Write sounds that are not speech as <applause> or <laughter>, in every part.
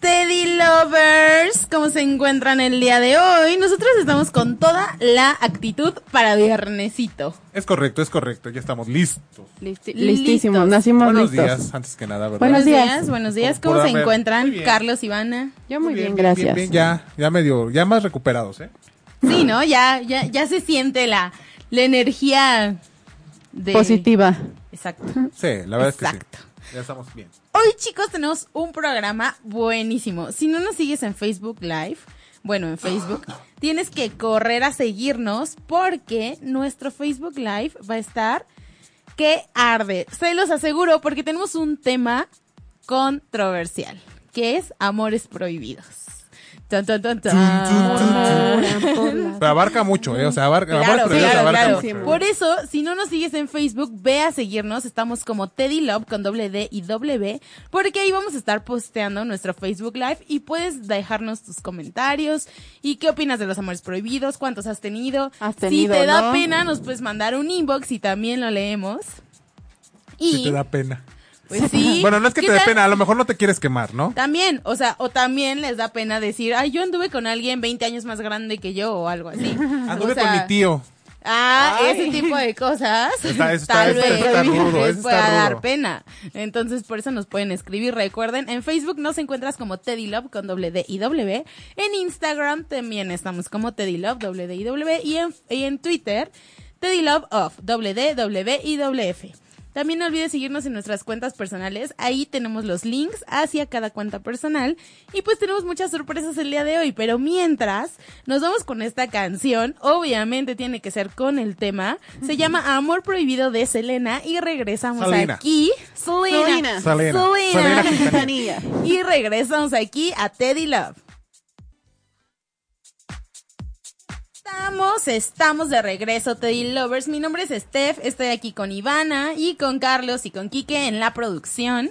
Teddy Lovers, ¿cómo se encuentran el día de hoy? Nosotros estamos con toda la actitud para viernesito. Es correcto, es correcto, ya estamos listos. Listi- Listísimos, listos. nacimos Buenos listos. días, antes que nada, ¿verdad? Buenos Buenos días. días, buenos días. Por- ¿Cómo se por haber- muy encuentran bien. Carlos, Ivana? Yo muy bien, gracias. bien, ya, ya medio, ya más recuperados, ¿eh? Sí, ¿no? Ya, ya, ya se siente la, la energía de... Positiva. Exacto. Sí, la verdad Exacto. es que sí. Ya estamos bien. Hoy, chicos, tenemos un programa buenísimo. Si no nos sigues en Facebook Live, bueno, en Facebook, tienes que correr a seguirnos porque nuestro Facebook Live va a estar que arde. Se los aseguro porque tenemos un tema controversial, que es amores prohibidos. Tan, tan, tan, tan. <laughs> Pero abarca mucho, ¿eh? O sea, abarca, Claro, abarca, pero ya claro, abarca claro. mucho. ¿eh? Por eso, si no nos sigues en Facebook, ve a seguirnos. Estamos como Teddy Love con doble D y doble B, porque ahí vamos a estar posteando nuestro Facebook Live y puedes dejarnos tus comentarios y qué opinas de los amores prohibidos, cuántos has tenido. Has tenido, si te da ¿no? pena, nos puedes mandar un inbox y también lo leemos. Y, Si te da pena. pues sí. <laughs> Bueno, no es que ¿qué te dé tal? pena, a lo mejor no te quieres quemar, ¿no? También, o sea, o también les da pena decir, ay, yo anduve con alguien 20 años más grande que yo o algo así. Anduve O sea, con mi tío. Ah, ese tipo de cosas. Está- eso está- tal eso está- vez eso está rudo, les eso está pueda dar rudo. pena. Entonces, por eso nos pueden escribir. Recuerden, en Facebook nos encuentras como Teddy Love con doble D y W. En Instagram también estamos como Teddy Love, doble D y W. Y en, y en Twitter, Teddy Love Off, doble D, W y doble F. También no olvides seguirnos en nuestras cuentas personales. Ahí tenemos los links hacia cada cuenta personal. Y pues tenemos muchas sorpresas el día de hoy. Pero mientras, nos vamos con esta canción. Obviamente tiene que ser con el tema. Se llama Amor Prohibido de Selena. Y regresamos Selena. aquí. Selena. Selena. Selena. Selena. Selena. Y regresamos aquí a Teddy Love. Estamos, estamos de regreso, Teddy Lovers. Mi nombre es Steph, estoy aquí con Ivana y con Carlos y con Quique en la producción.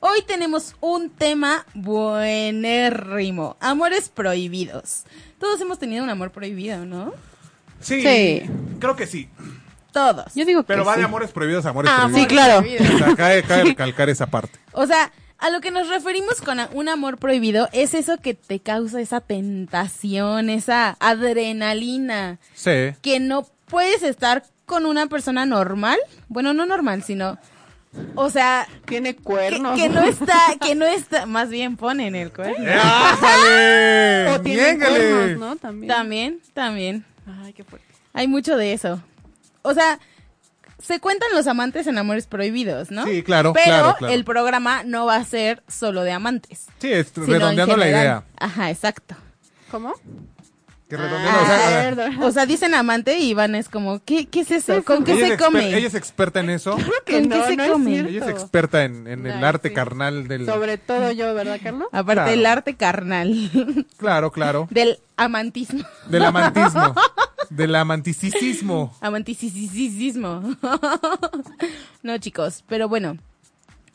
Hoy tenemos un tema buenérrimo, amores prohibidos. Todos hemos tenido un amor prohibido, ¿no? Sí, Sí. creo que sí. Todos. Yo digo que Pero va sí. de amores prohibidos, a amores Amores Sí, prohibidos. claro. prohibidos. O sea, cabe, cabe recalcar esa parte. O sea, a lo que nos referimos con a- un amor prohibido es eso que te causa esa tentación, esa adrenalina, Sí. que no puedes estar con una persona normal. Bueno, no normal, sino... O sea, Tiene que, cuernos. que <laughs> no está, que no está, más bien ponen el cuerno. ¡Ájale! O tiene ¡Niéngale! cuernos, ¿no? También. También, también. Ay, qué fuerte. Hay mucho de eso. O sea, se cuentan los amantes en amores prohibidos, ¿no? Sí, claro, Pero claro, claro. el programa no va a ser solo de amantes. Sí, es- sino en redondeando la general. idea. Ajá, exacto. ¿Cómo? Que redondeando, o Ah, sea, Perdón. O sea, dicen amante y Iván es como, ¿qué, qué es eso? ¿Con qué ella es se exper- come? Ella es experta en eso. que ¿Con no, qué se no es come? cierto. Ella es experta en, en el Ay, arte sí. carnal del... Sobre todo yo, ¿verdad, Carlos? Aparte Claro. del arte carnal, <laughs> Claro, claro. del amantismo. <laughs> <laughs> Del amantismo. del amanticismo. Amanticicismo. <laughs> no, chicos, pero bueno.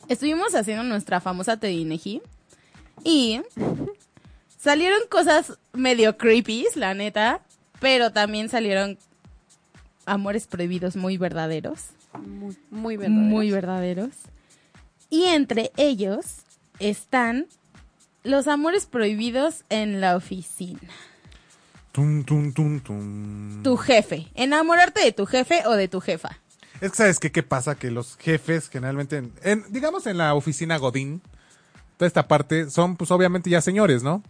Estuvimos haciendo nuestra famosa Tedineji y salieron cosas medio creepy, la neta, pero también salieron amores prohibidos muy verdaderos. Muy, muy Ah, muy verdaderos. Y entre ellos están los amores prohibidos en la oficina. Tum, tum, tum, tum. Tu jefe. Enamorarte de tu jefe o de tu jefa. Es que sabes qué, qué pasa, que los jefes generalmente, en, en- digamos en la oficina Godín, toda esta parte, son pues obviamente ya señores, ¿no?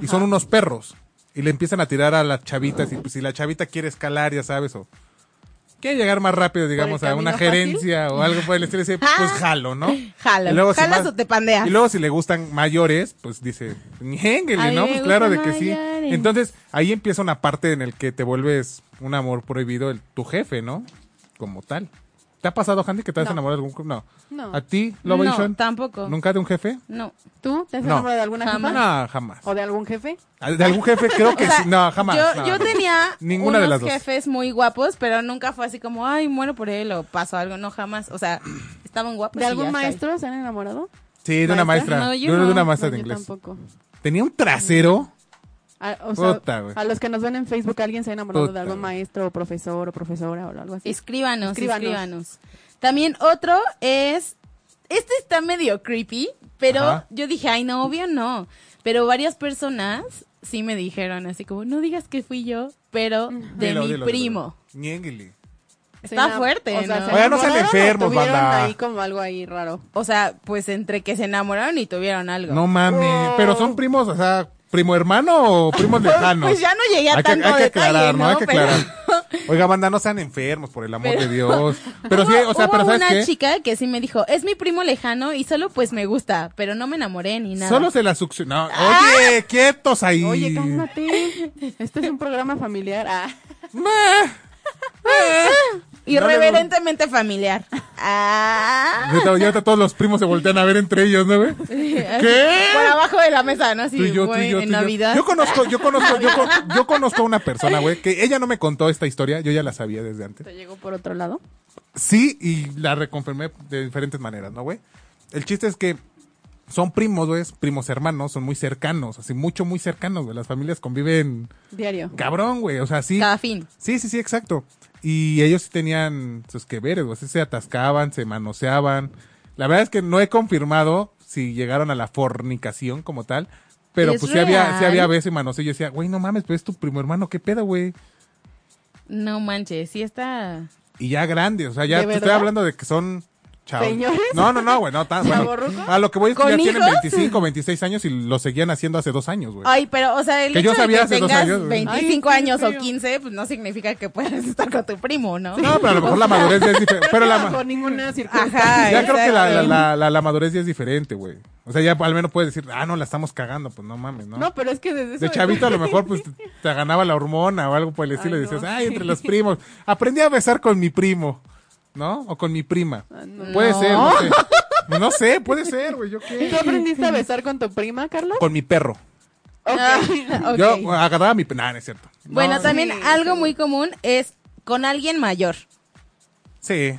Y son unos perros. Y le empiezan a tirar a las chavitas. Y pues, si la chavita quiere escalar, ya sabes, o quiere llegar más rápido, digamos, a una camino fácil? gerencia o algo por el <laughs> estilo, dice, pues jalo, ¿no? Ah. Jalo. Y si ¿Jalas o te pandeas? Y luego si le gustan mayores, pues dice, A ñénguele, mí ¿no? me Pues claro de gustan que sí. mayores. Entonces, ahí empieza una parte en el que te vuelves un amor prohibido el, tu jefe, ¿no? Como tal. ¿Te ha pasado, Handy, que te has No. enamorado de algún No. No. ¿A ti, No, Lovation? tampoco. ¿Nunca de un jefe? No. ¿Tú? ¿Te has No. enamorado de alguna Jamás. jefa? No, jamás. Ah, ¿O de algún jefe? ¿De algún jefe? Creo <laughs> que O sea, sí. No, jamás. Yo, no. yo tenía <laughs> Ninguna de unos las dos. jefes muy guapos, pero nunca fue así como, ay, muero por él o pasó algo. No, jamás. O sea, <clears throat> estaban guapos. ¿De y algún Pues ya está ahí. maestro se han enamorado? Sí, de una maestra. No, yo yo era de no. una maestra No, de yo inglés. tampoco. Tenía un trasero. A, o sea, Puta, güey. a los que nos ven en Facebook, alguien se ha enamorado Puta, de algún güey. maestro o profesor o profesora o algo así. Escríbanos, Escríbanos. escríbanos, También otro es. Este está medio creepy, pero Ajá. yo dije, ay, no, obvio no. Pero varias personas sí me dijeron, así como, no digas que fui yo, pero de Dilo, mi dilo, dilo. primo. Niéguele. Se Está enam- fuerte, ¿no? Oigan, no sean enamoraron o enfermos, tuvieron banda. ahí como algo ahí raro. O sea, pues entre que se enamoraron y tuvieron algo. No mames. Wow. Pero son primos, o sea, primo hermano o primos Pues- lejanos. Pues ya no llegué a hay que, tanto hay que detalle, aclarar, ¿no? ¿no? Hay que Pero- <laughs> aclarar. Oiga, banda, no sean enfermos, por el amor Pero- de <laughs> Dios. Pero sí, Hubo- o sea, hubo pero ¿sabes una qué? chica que sí me dijo, es mi primo lejano y solo pues me gusta, pero no me enamoré ni nada. Solo se la succionó. Ah. Oye, quietos ahí. Oye, cálmate. Este es un programa familiar. Ah, Irreverentemente familiar. Ah. Y ahorita- y ahorita todos los primos se voltean a ver entre ellos, ¿no, güey? ¿Qué? Por abajo de la mesa, ¿no? Así, Tú y yo, tú güey, y yo, tú en y yo. Navidad. Yo conozco, yo conozco, yo, con- yo conozco a una persona, güey, que ella no me contó esta historia, yo ya la sabía desde antes. te llegó por otro lado. Sí, y la reconfirmé de diferentes maneras, ¿no, güey? El chiste es que son primos, güey, primos hermanos, son muy cercanos, así mucho, muy cercanos, güey. Las familias conviven Diario. cabrón, güey, o sea, sí. Cada fin. Sí, sí, sí, exacto. Y ellos sí tenían sus que veres, güey, sí se atascaban, se manoseaban. La verdad es que no he confirmado si llegaron a la fornicación como tal, pero ¿Es pues sí había, sí real? había beso y manoseo. Yo decía, güey, no mames, pues es tu primo hermano, ¿qué pedo, güey? No manches, sí está... Y ya grandes, o sea, ya ¿De te estoy verdad? hablando de que son chavos. ¿Señores? No, no, no, güey, no tan. bueno, ¿Chavorrucos? a lo que voy es que ¿Con ya tienen hijos? 25, 26 años y lo seguían haciendo hace dos años, güey. Ay, pero, o sea, el Pues, Que hecho yo sabía de que hace dos tengas años, güey. 25 Ay, qué años feo. o 15, pues no significa que puedas <laughs> estar con tu primo, ¿no? No, pero a lo mejor la madurez ya es diferente. Pero la, ma- Bajo Ah, ninguna circunstancia. Ajá, ya creo que la, la, exacto. la- la- la madurez ya es diferente, güey. O sea, ya al menos puedes decir, ah, no, la estamos cagando, pues no mames, ¿no? No, pero es que desde eso. de chavito a lo mejor pues te, te ganaba la hormona o algo por el estilo Ay, y decías, no. ay, entre los primos, aprendí a besar con mi primo, ¿no? O con mi prima. Ah, no. Puede No. ser, no sé. No sé, puede ser, güey, yo qué. ¿Tú aprendiste a besar con tu prima, Carlos? Con mi perro. Ah, <laughs> ok. Yo agarraba a mi perro. Nah, no es cierto. No, Bueno, también sí, algo sí. muy común es con alguien mayor. Sí.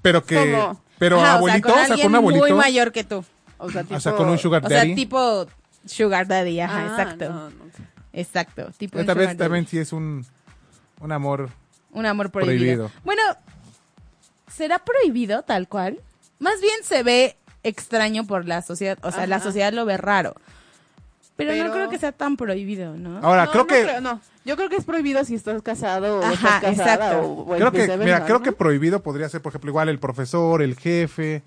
Pero que. ¿Cómo? Pero Ajá, abuelito, o sea, o sea, con un alguien abuelito. muy mayor que tú. O sea, O sea, con un sugar O sea, daddy. tipo sugar daddy, ajá, Ah, exacto. no, no. Exacto, tipo un Esta vez sugar daddy. también sí es un, un amor. Un amor prohibido. Prohibido. Bueno, ¿será prohibido tal cual? Más bien se ve extraño por la sociedad, o sea, la Ajá. sociedad lo ve raro. Pero, Pero- no creo que sea tan prohibido, ¿no? Ahora, No, creo no que. no. Yo creo que es prohibido si estás casado o Ajá, estás casada exacto. o, o el creo que, viceversa, mira, creo ¿no? que prohibido podría ser, por ejemplo, igual el profesor, el jefe.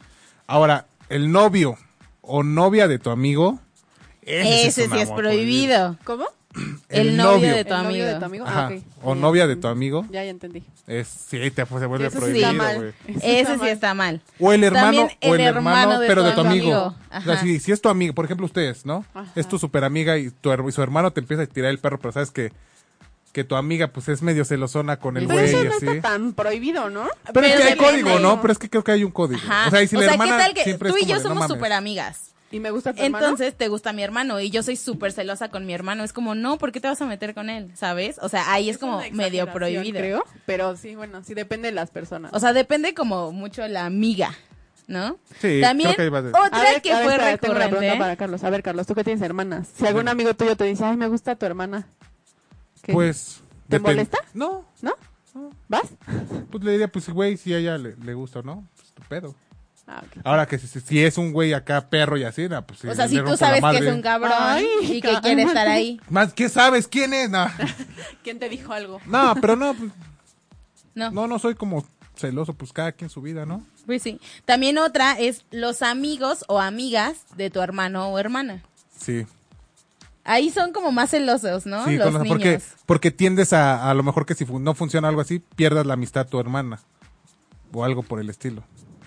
Ahora, el novio o novia de tu amigo. Ese, Ese un sí es amor prohibido. ¿Cómo? El, novio, de tu ¿El novio amigo. de tu amigo? Ah, Ajá. ok. O Ya, novia de mm, tu amigo. Ya, ya entendí. Es, sí, te, pues, se vuelve Eso sí prohibido. está mal. güey. Eso Ese está sí está mal. O el hermano, También o el hermano, pero de tu amigo. O sea, Ajá. si, si es tu amigo, por ejemplo, ustedes, ¿no? Ajá. Es tu super amiga y, tu, her- y su hermano te empieza a tirar el perro, pero sabes que, que tu amiga pues es medio celosona con el Pero güey eso y no así. está tan prohibido, ¿no? Pero es Pero que hay depende. código, ¿no? Pero es que creo que hay un código. Ajá. O sea, y si la hermana ¿qué tal que siempre es tú y como yo de, no somos mames. súper amigas? Y me gusta tu hermano. Entonces te gusta mi hermano y yo soy súper celosa con mi hermano. Es como, no, ¿por qué te vas a meter con él? ¿Sabes? O sea, ahí es, como una medio exageración, prohibido. Creo, pero sí, bueno, sí depende de las personas. O sea, depende como mucho la amiga, ¿no? Sí, También creo que ahí va de- otra que fue espera, tengo una recurrente. pregunta para Carlos. A ver, Carlos, tú que tienes hermanas. Si algún amigo tuyo te dice, ay, me gusta tu hermana. ¿qué? Pues. ¿Te depen- molesta? No, ¿No? ¿Vas? pues le diría, pues güey, si a ella le, le gusta o no, pues tu pedo. Ah, ok. Ahora que si, si- si es un güey acá perro y así, nah, pues sí, o sea, le si rompo tú la sabes que madre. es un cabrón Ay, y que cálmate. quiere estar ahí. Más, ¿qué sabes? ¿Quién es? Nah. ¿Quién te dijo algo? No, pero no, pues, No, no, no soy como celoso, pues cada quien su vida, ¿no? pues sí. También otra es los amigos o amigas de tu hermano o hermana. Sí. Ahí son como más celosos, ¿no? sí, los con- niños. porque, porque tiendes a, a lo mejor que si fu- no funciona algo así, pierdas la amistad a tu hermana. O algo por el estilo.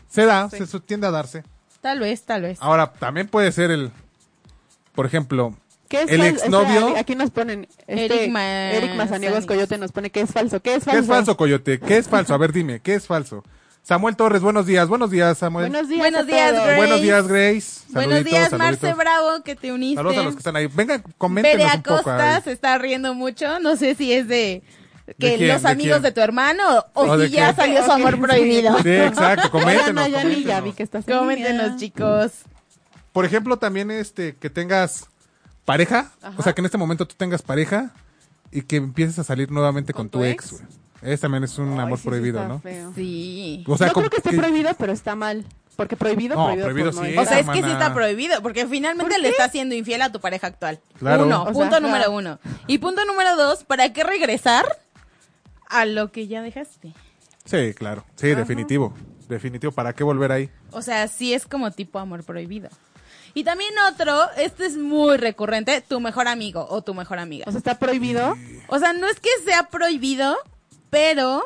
Se da, se su- tiende a darse. Tal vez, tal vez. Ahora, también puede ser el, por ejemplo, ¿Qué es el falso? exnovio. Espera, aquí nos ponen. Este, Eric Ma- Eric Mazaniegos Mazaniegos. Coyote nos pone que es falso. ¿Qué es ¿Qué falso? es falso, Coyote? ¿Qué es falso? A ver, dime, ¿qué es falso? Samuel Torres, buenos días. Buenos días, Samuel. Oh, Buenos días. Buenos a días, todos. Grace. Buenos días, Grace. Buenos Saluditos, días, saluditos. Marce Bravo, que te uniste. Saludos a los que están ahí. Vengan, coméntenos Berea un poco. Costa ahí. se está riendo mucho. No sé si es de que ¿De quién? los ¿De amigos quién? de tu hermano o, ¿O de si ya quién? salió su amor prohibido. Sí, <laughs> exacto, Hola, coméntenos. Nayani, <laughs> ya coméntenos. vi que estás en línea. Coméntenos, chicos. Por ejemplo, también este que tengas pareja, Ajá. o sea, que en este momento tú tengas pareja y que empieces a salir nuevamente con, tu, ex, güey. Ese también es un Ay, amor sí, sí prohibido, está ¿no? feo. Sí. O sea, no como creo que esté prohibido, pero está mal. Porque prohibido, No, prohibido. prohibido pues no sí es. O sea, es que sí maná. está prohibido, porque finalmente ¿Por le qué? estás siendo infiel a tu pareja actual. Claro. Uno, O sea, punto claro. número uno. Y punto número dos, ¿para qué regresar a lo que ya dejaste? Sí, claro. Sí, definitivo. Definitivo. ¿Para qué volver ahí? O sea, sí es como tipo amor prohibido. Y también otro, este es muy recurrente, tu mejor amigo o tu mejor amiga. O sea, está prohibido. O sea, no es que sea prohibido, pero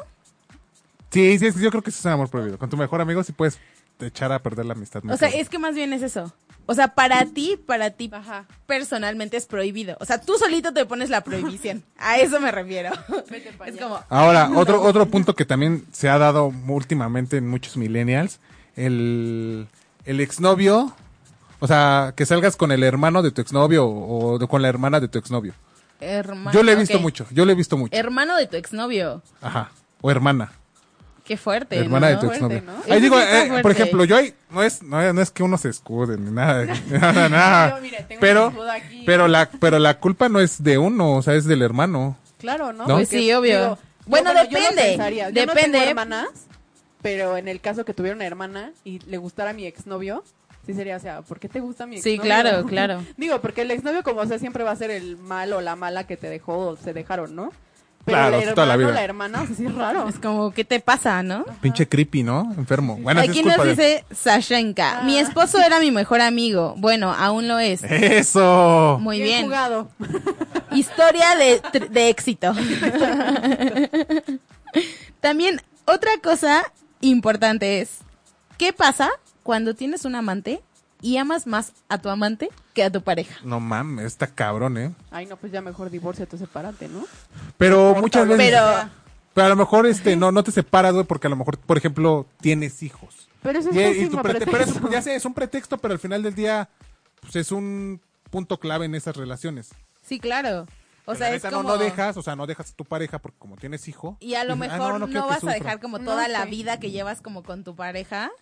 Sí, sí, es que yo creo que eso es un amor prohibido. Con tu mejor amigo sí puedes echar a perder la amistad. O sea, es que más bien es eso. O sea, para Mm. ti, para ti Ajá. personalmente es prohibido. O sea, tú solito te pones la prohibición. A eso me refiero. pa' Es allá. como, Ahora, otro, otro punto que también se ha dado últimamente en muchos millennials, el, el exnovio, o sea, que salgas con el hermano de tu exnovio o, o con la hermana de tu exnovio. hermano. Yo le he visto ok. Eh, mucho, yo le he visto mucho. Hermano de tu exnovio. Ajá. O hermana. Qué fuerte. hermana ¿no? de tu exnovio. Fuerte, ¿no? Ahí Eso digo, sí está eh, por fuerte. ejemplo, yo ahí, no es, no, es- no es que uno se escude ni nada, nada, nada. Yo, mira, tengo un pero, escudo aquí. pero la, pero la culpa no es de uno, o sea, es del hermano. Claro, ¿no? ¿No? Pues sí, obvio. digo, Bueno, yo lo depende, pensaría. Yo no depende. tengo hermanas, pero en el caso que tuviera una hermana y le gustara mi exnovio, sí sería, o sea, ¿por qué te gusta mi Sí, exnovio? claro, claro. <laughs> digo, porque el exnovio, como sea, siempre va a ser el mal o la mala que te dejó o se dejaron, ¿no? Pero Claro, pues, el hermano, toda la vida. la hermana, o sea, sí es raro. Es como, ¿qué te pasa, no? Pinche creepy, ¿no? Enfermo. Bueno, sí Aquí es nos culpa de- dice Sashenka. Ah. Mi esposo era mi mejor amigo. Bueno, aún lo es. Eso. Muy bien. jugado. Historia de, tr- de éxito. También otra cosa importante es, ¿qué pasa cuando tienes un amante y amas más a tu amante que a tu pareja? No mames, está cabrón, ¿eh? Ay, no, pues ya mejor divorciate o sepárate, ¿no? Pero muchas veces. Pero, Pero a lo mejor este no no te separas, güey, porque a lo mejor, por ejemplo, tienes hijos. Pero eso es Y- y pésimo tu prete- pero es- pretexto. <laughs> ya sé, es un pretexto, pero al final del día pues, es un punto clave en esas relaciones. sí, claro. O Que sea, la es neta como... no, no dejas, o sea, no dejas a tu pareja porque como tienes hijo. Y a lo dices, ah, mejor no, quiero que vas a sufra. dejar como No toda la sé. vida que llevas como con tu pareja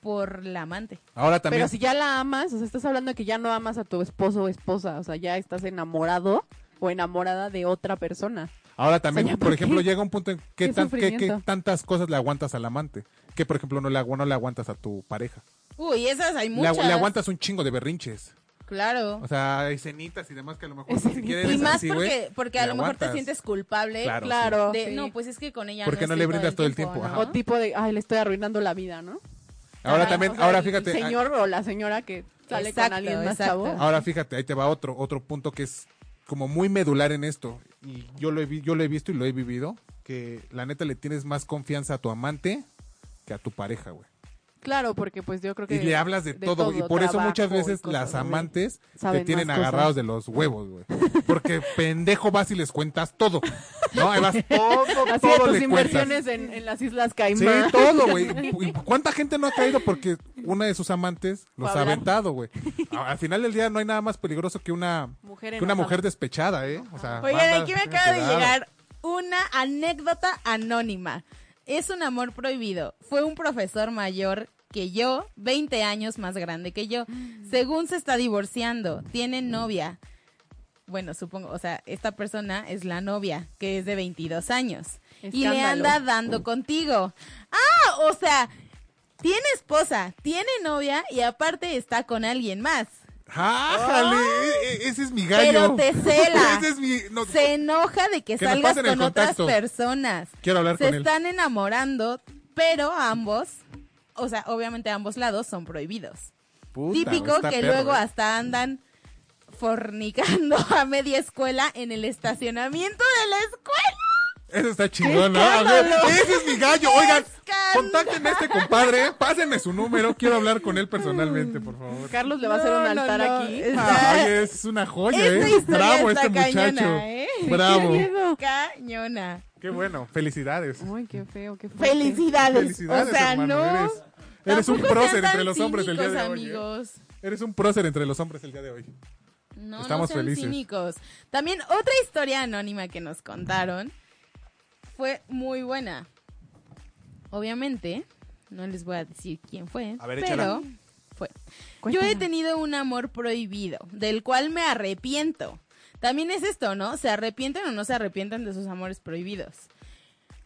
por la amante. Ahora también. Pero si ya la amas, o sea, estás hablando de que ya no amas a tu esposo o esposa, o sea, ya estás enamorado o enamorada de otra persona. Ahora también, O sea, ¿ya por para ejemplo, qué? llega un punto en que, Qué tan- que- que sufrimiento. tantas cosas le aguantas al amante. Que, por ejemplo, no le, agu- no le aguantas a tu pareja. Uy, esas hay Le, muchas. agu- le aguantas un chingo de berrinches. Claro. O sea, hay cenitas y demás que a lo mejor ni Escenitas. siquiera Y eres más así, güey, porque, porque a le lo mejor te aguantas. sientes culpable. Claro, Claro. de, sí. No, pues es que con ella. Porque no es le brindas todo el tiempo, ¿no? ajá. O tipo de, ay, le estoy arruinando la vida, ¿no? Ahora Ajá, también, o sea, ahora el- fíjate, El señor o la señora que sale Exacto, con alguien más exacto. chavo. Ahora fíjate, ahí te va otro, otro punto que es como muy medular en esto. Y yo lo he, vi- yo lo he visto y lo he vivido. Que la neta le tienes más confianza a tu amante que a tu pareja, güey. Claro, porque pues yo creo que. Y le hablas de, todo. Y por eso trabajo muchas veces y cosas las así. amantes te Saben tienen más cosas. agarrados de los huevos, güey. Porque pendejo vas y les cuentas todo. ¿No? Ahí vas todo, Así todo de tus le cuentas. inversiones en, en las Islas Sí, Caimán. <laughs> todo, güey. ¿Y ¿Cuánta gente no ha caído porque una de sus amantes los ha Pabla. <laughs> aventado, güey? A- Al final del día no hay nada más peligroso que una Mujer que una enojada. mujer despechada, ¿eh? O sea, Oigan, banda, aquí me acaba de cuidado. llegar una anécdota anónima. Es un amor prohibido. Fue un profesor mayor que yo, 20 años más grande que yo. Según se está divorciando, tiene novia. Bueno, supongo, o sea, esta persona es la novia, que es de 22 años. Y le Escándalo. anda dando contigo. Ah, o sea, tiene esposa, tiene novia y aparte está con alguien más. ¡Ájale! E- e- Ese es mi Pero gallo. te cela. <laughs> Ese es mi... no, se enoja de que, Que nos salgas pasen el con otras contacto. personas. Quiero hablar Se con él. están enamorando, pero ambos, o sea, obviamente ambos lados son prohibidos. puta, Típico está que perro, ¿eh? luego güey. hasta andan fornicando <laughs> a media escuela en el estacionamiento de la escuela. Ese está chingón, ¿no? A ver, ese es mi gallo. Oigan, escándalo! contáctenme a este compadre. Pásenme su número. Quiero hablar con él personalmente, por favor. Carlos le va a hacer No, un no, altar no. aquí. Está- Ay, es una joya, Esta ¿eh? historia Bravo está este muchacho. cañona, ¿eh? Bravo. Cañona. Qué bueno, felicidades. Ay, qué feo, qué fuerte. Felicidades. Felicidades, o sea, hermano. no. Eres, eres Tampoco un sean prócer tan entre los hombres el día de cínicos, hoy. ¿eh? amigos. Eres un prócer entre los hombres el día de hoy. No, Estamos no sean felices. cínicos. También otra historia anónima que nos contaron fue muy buena. Obviamente, no les voy a decir quién fue, A ver, pero échala. fue fue. Cuéntame. Yo he tenido un amor prohibido, del cual me arrepiento. También es esto, ¿no? ¿Se arrepienten o no se arrepienten de sus amores prohibidos?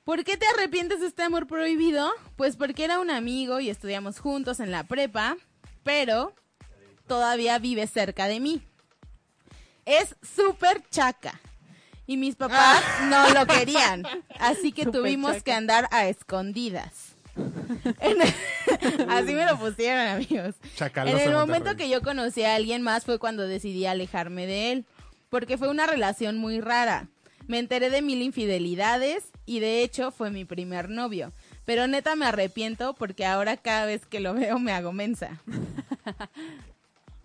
¿Por qué te arrepientes de este amor prohibido? Pues porque era un amigo y estudiamos juntos en la prepa, pero todavía vive cerca de mí. Es súper chaca. Y mis papás no lo querían. Así que Ah. Súper tuvimos chaca. que andar a escondidas. En el- <laughs> Así me lo pusieron, amigos. Chacalosa en el momento que Monterrey. yo conocí a alguien más fue cuando decidí alejarme de él, porque fue una relación muy rara. Me enteré de mil infidelidades y de hecho fue mi primer novio. Pero neta me arrepiento porque ahora cada vez que lo veo me hago mensa.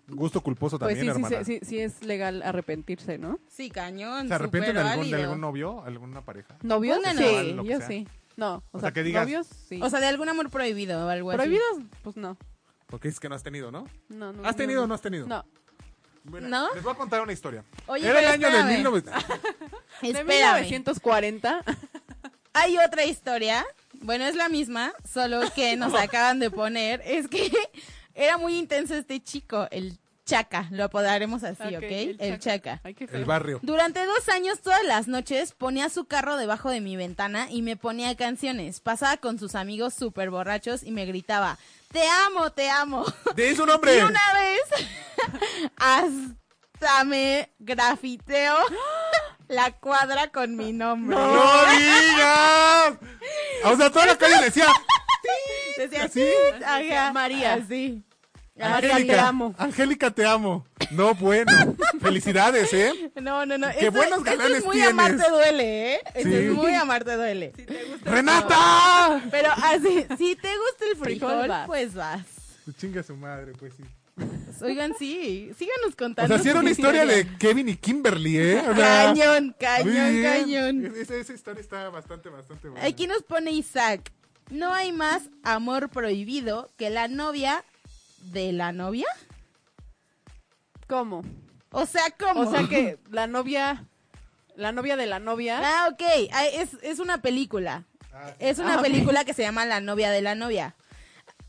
Gusto culposo Pues también, sí, sí, hermana. se- sí, sí es legal arrepentirse, ¿no? Sí, cañón. ¿Se arrepienten de súper algún, de válido. algún novio, alguna pareja? ¿Novios? Pónganos. Sí, Igual, lo que yo sea. sí. No, o, O sea, sea, que digas- novios, sí. O sea, de algún amor prohibido o algo así. prohibidos, pues no. Porque dices que no has tenido, ¿no? No, no, ¿Has tenido o no has tenido? No. Mira, ¿No? Les voy a contar una historia. Oye, Era el pero año espérame. <laughs> de 1900. De Espérame. <laughs> 1940. Hay otra historia. Bueno, es la misma, solo que <laughs> nos acaban de poner. Es que <laughs> era muy intenso este chico, el Chaca. Lo apodaremos así, ¿ok? El, Chaca. Ay, qué El feo. barrio. Durante dos años, todas las noches, ponía su carro debajo de mi ventana y me ponía canciones. Pasaba con sus amigos súper borrachos y me gritaba, te amo, te amo. ¡Dice un Y nombre! una vez, <laughs> hasta me grafiteó <gasps> la cuadra con mi nombre. ¡No digas! O sea, toda la calle decía... Decía, ¿Así? "Sí, ajá, María. así. María, Ah, te Angélica, amo. Angélica, te amo. No, bueno. Felicidades, ¿eh? No, no, no. Qué esto- buenos esto galanes es muy tienes. amarte duele, ¿eh? Esto Sí. es muy amarte duele. ¡Renata! Pero así, si te gusta el frijol, Frijol, vas. pues vas. Chinga su madre, pues sí. Oigan, sí, síganos O contando. sea, sí era una sus historia <laughs> historias. de Kevin y Kimberly, ¿eh? O sea, Cañón, muy cañón, bien. cañón. Es- Esa, esa historia está bastante, bastante buena. Aquí nos pone Isaac. No hay más amor prohibido que la novia de la novia. ¿Cómo? O sea, ¿cómo? O sea que la novia, la novia de la novia. Ah, ok. Ah, Es, es una película. Ah, Es una Ah, ok. película que se llama La novia de la novia.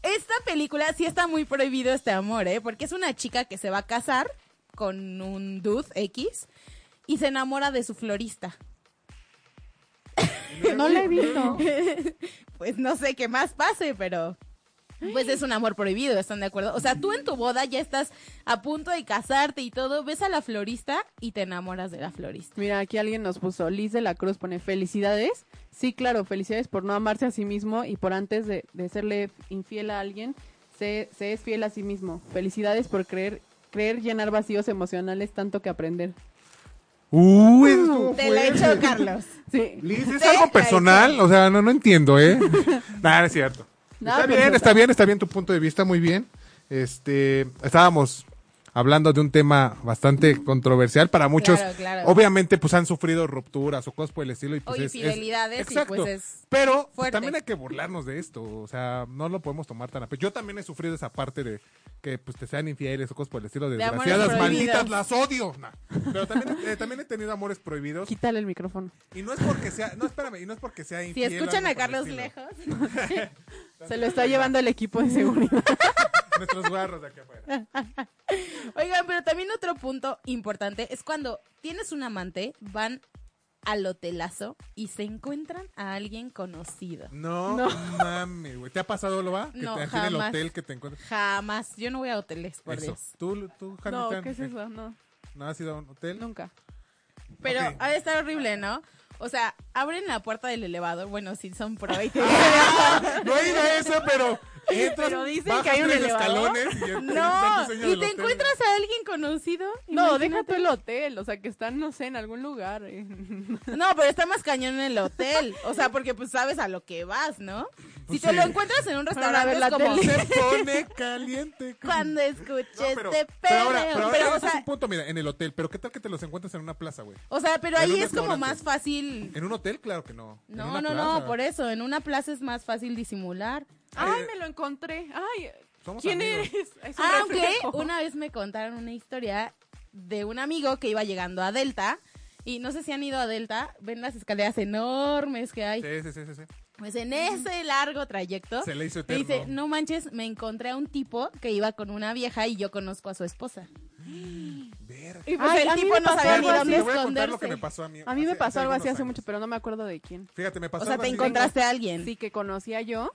Esta película sí está muy prohibido este amor, ¿eh? Porque es una chica que se va a casar con un dude X y se enamora de su florista. No la he visto. <laughs> Pues no sé qué más pase, pero... Pues es un amor prohibido, ¿están de acuerdo? O sea, tú en tu boda ya estás a punto de casarte y todo, ves a la florista y te enamoras de la florista. Mira, aquí alguien nos puso, Liz de la Cruz pone felicidades. Sí, claro, felicidades por no amarse a sí mismo y por antes de, de serle infiel a alguien, se, se es fiel a sí mismo. Felicidades por creer, creer llenar vacíos emocionales tanto que aprender. Uy, Uh, eso estuvo Te la fuerte. echo, Carlos. Sí. Liz, ¿es Te la algo personal? echo. O sea, no, no entiendo, <laughs> ¿eh? Nada, no es cierto. pues, está Nada bien, personal. está bien, está bien tu punto de vista, muy bien. Este, estábamos hablando de un tema bastante controversial para muchos. Claro, claro. Obviamente, pues han sufrido rupturas o cosas por el estilo. Y, <laughs> pues, O es- es- infidelidades, y, exacto. pues, es Pero fuerte. también hay que burlarnos de esto. O sea, no lo podemos tomar tan a pecho. Yo también he sufrido esa parte de que pues te sean infieles o cosas por el estilo. De amores Desgraciadas, prohibidos. malditas, las odio. Nah. Pero también, eh, también he tenido amores prohibidos. Quítale el micrófono. Y no es porque sea, no, espérame, y no es porque sea Si infiel. o escuchan algo a por el Carlos estilo. lejos... <laughs> Se lo está llevando el equipo de seguridad. Nuestros guarros de <laughs> aquí afuera. Oigan, pero también otro punto importante es cuando tienes un amante, van al hotelazo y se encuentran a alguien conocido. No, mames, güey. ¿Te ha pasado, Loba? Que No, te aquí en el jamás. hotel que te encuentras. Jamás, yo no voy a hoteles, por Eso. Dios. ¿Tú, tú, No, Hannitan, ¿qué es eh, eso? No, ¿No has ido a un hotel? nunca. Pero Ok. ha de estar horrible, ¿no? O sea, abren la puerta del elevador, bueno, si son pro <laughs> y te- No he ido a eso, pero entras, Pero dicen bajas que hay un tres elevador. escalones y entras, está el No, diseño y del te hotel. Mm. encuentras a alguien conocido. No, imagínate. deja tú el hotel, o sea, que están, no sé, en algún lugar. eh. No, pero está más cañón en el hotel. O sea, porque pues sabes a lo que vas, ¿no? Pues si te sí. lo encuentras en un Fueron a restaurante, ver es la como. tele. Se pone caliente. <laughs> Cuando escuché No, pero, este pero ahora, perreo. pero ahora Pero, o ese es sea, un punto, mira, en el hotel. Pero ¿qué tal que te los encuentras en una plaza, güey? O sea, pero En ahí un es como restaurante. más fácil. ¿En un hotel? Claro que no. En No, una no, plaza. no, por eso. En una plaza es más fácil disimular. Ay, Eh, me lo encontré. Ay, somos ¿quién amigos. eres? Es un Aunque <laughs> reflejo. Ah, una vez me contaron una historia de un amigo que iba llegando a Delta. Y no sé si han ido a Delta. Ven las escaleras enormes que hay. Sí, sí, sí, sí. sí. Pues en ese largo trayecto, Se le hizo me dice, eterno. no manches, me encontré a un tipo que iba con una vieja y yo conozco a su esposa. Verga. Y pues Ay, el a mí tipo me no pasó sabía Te ni voy a- dónde te voy a contar lo que me esconderse. pasó a mí. A mí me hace- pasó algo así algunos hace años. mucho, pero no me acuerdo de quién. Fíjate, me pasó O sea, algo te así. encontraste a alguien. Sí, que conocía yo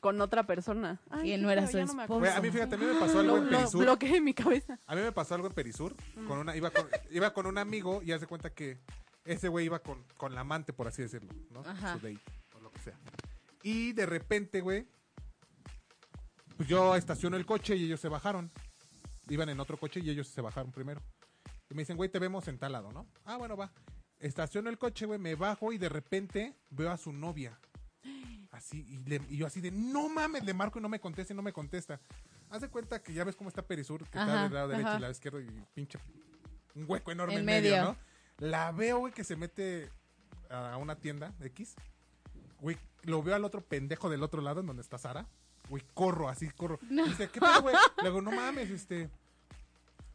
con otra persona. Que Ay, no qué era feo, su ya no me esposo. Güey, acuerdo. a mí, fíjate, a mí me pasó algo en Lo Perisur. bloqueé en mi cabeza. A mí me pasó algo en Perisur. Con una, iba, con, iba con un amigo y hace cuenta que ese güey iba con, con la amante, por así decirlo, ¿no? Ajá. Su date, o lo que sea. Y de repente, güey, pues yo estaciono el coche y ellos se bajaron. Iban en otro coche y ellos se bajaron primero. Y me dicen, güey, te vemos en tal lado, ¿no? Ah, bueno, va. Estaciono el coche, güey, me bajo y de repente veo a su novia. Así, y, le- y yo así de, no mames, le marco y no me contesta y no me contesta. Haz de cuenta que ya ves cómo está Perisur, que Ajá, está del lado derecho ajá. y lado izquierdo y pinche un hueco enorme En en medio, medio. ¿no? La veo, güey, que se mete a una tienda X. Güey, lo veo al otro pendejo del otro lado en donde está Sara. Güey, corro, así corro. Dice, ¿qué pedo, güey? Le digo, no mames, este.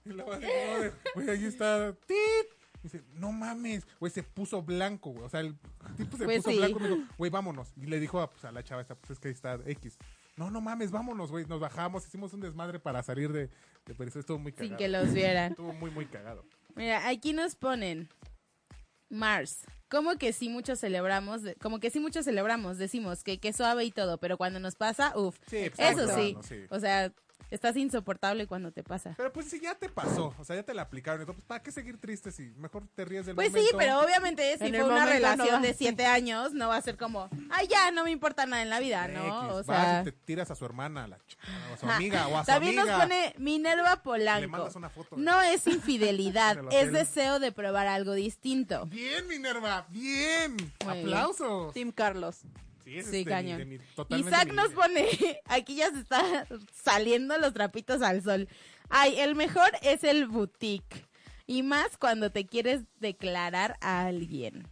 Y la madre, no, güey, güey, ahí está. ¡Tit! Dice, no mames. Güey, se puso blanco, güey. O sea, el tipo se Pues puso sí. blanco. y me dijo, güey, vámonos. Y le dijo a, pues, a la chava esta, pues es que ahí está X. No, no mames, vámonos, güey. Nos bajamos, hicimos un desmadre para salir de. de pero eso estuvo muy cagado. Sin que los vieran. Estuvo muy, muy cagado. Mira, aquí nos ponen Mars. Como que sí muchos celebramos, de- como que sí muchos celebramos, decimos que qué suave y todo, pero cuando nos pasa, uff, Sí, pues, eso estamos sí. cagando, sí. O sea, estás insoportable cuando te pasa. Pero pues si ya te pasó, o sea, ya te la aplicaron, entonces ¿para qué seguir triste si mejor te ríes del Pues sí, momento? pero obviamente si En fue el una momento relación no va- de siete años, no va a ser como, ay ya, no me importa nada en la vida, X, ¿no? O vas sea, y te tiras a su hermana, a la chingada, o a su Ajá. amiga, o a su También amiga. nos pone Minerva Le Polanco. mandas una foto. No es infidelidad, <laughs> En el es hotel. deseo de probar algo distinto. Bien, Minerva, bien. Muy Aplausos. Tim Carlos. Sí, es Sí, este, cañón. de mi- totalmente Isaac mi nos línea. pone, <laughs> aquí ya se está saliendo los trapitos al sol. Ay, el mejor es el boutique. Y más cuando te quieres declarar a alguien.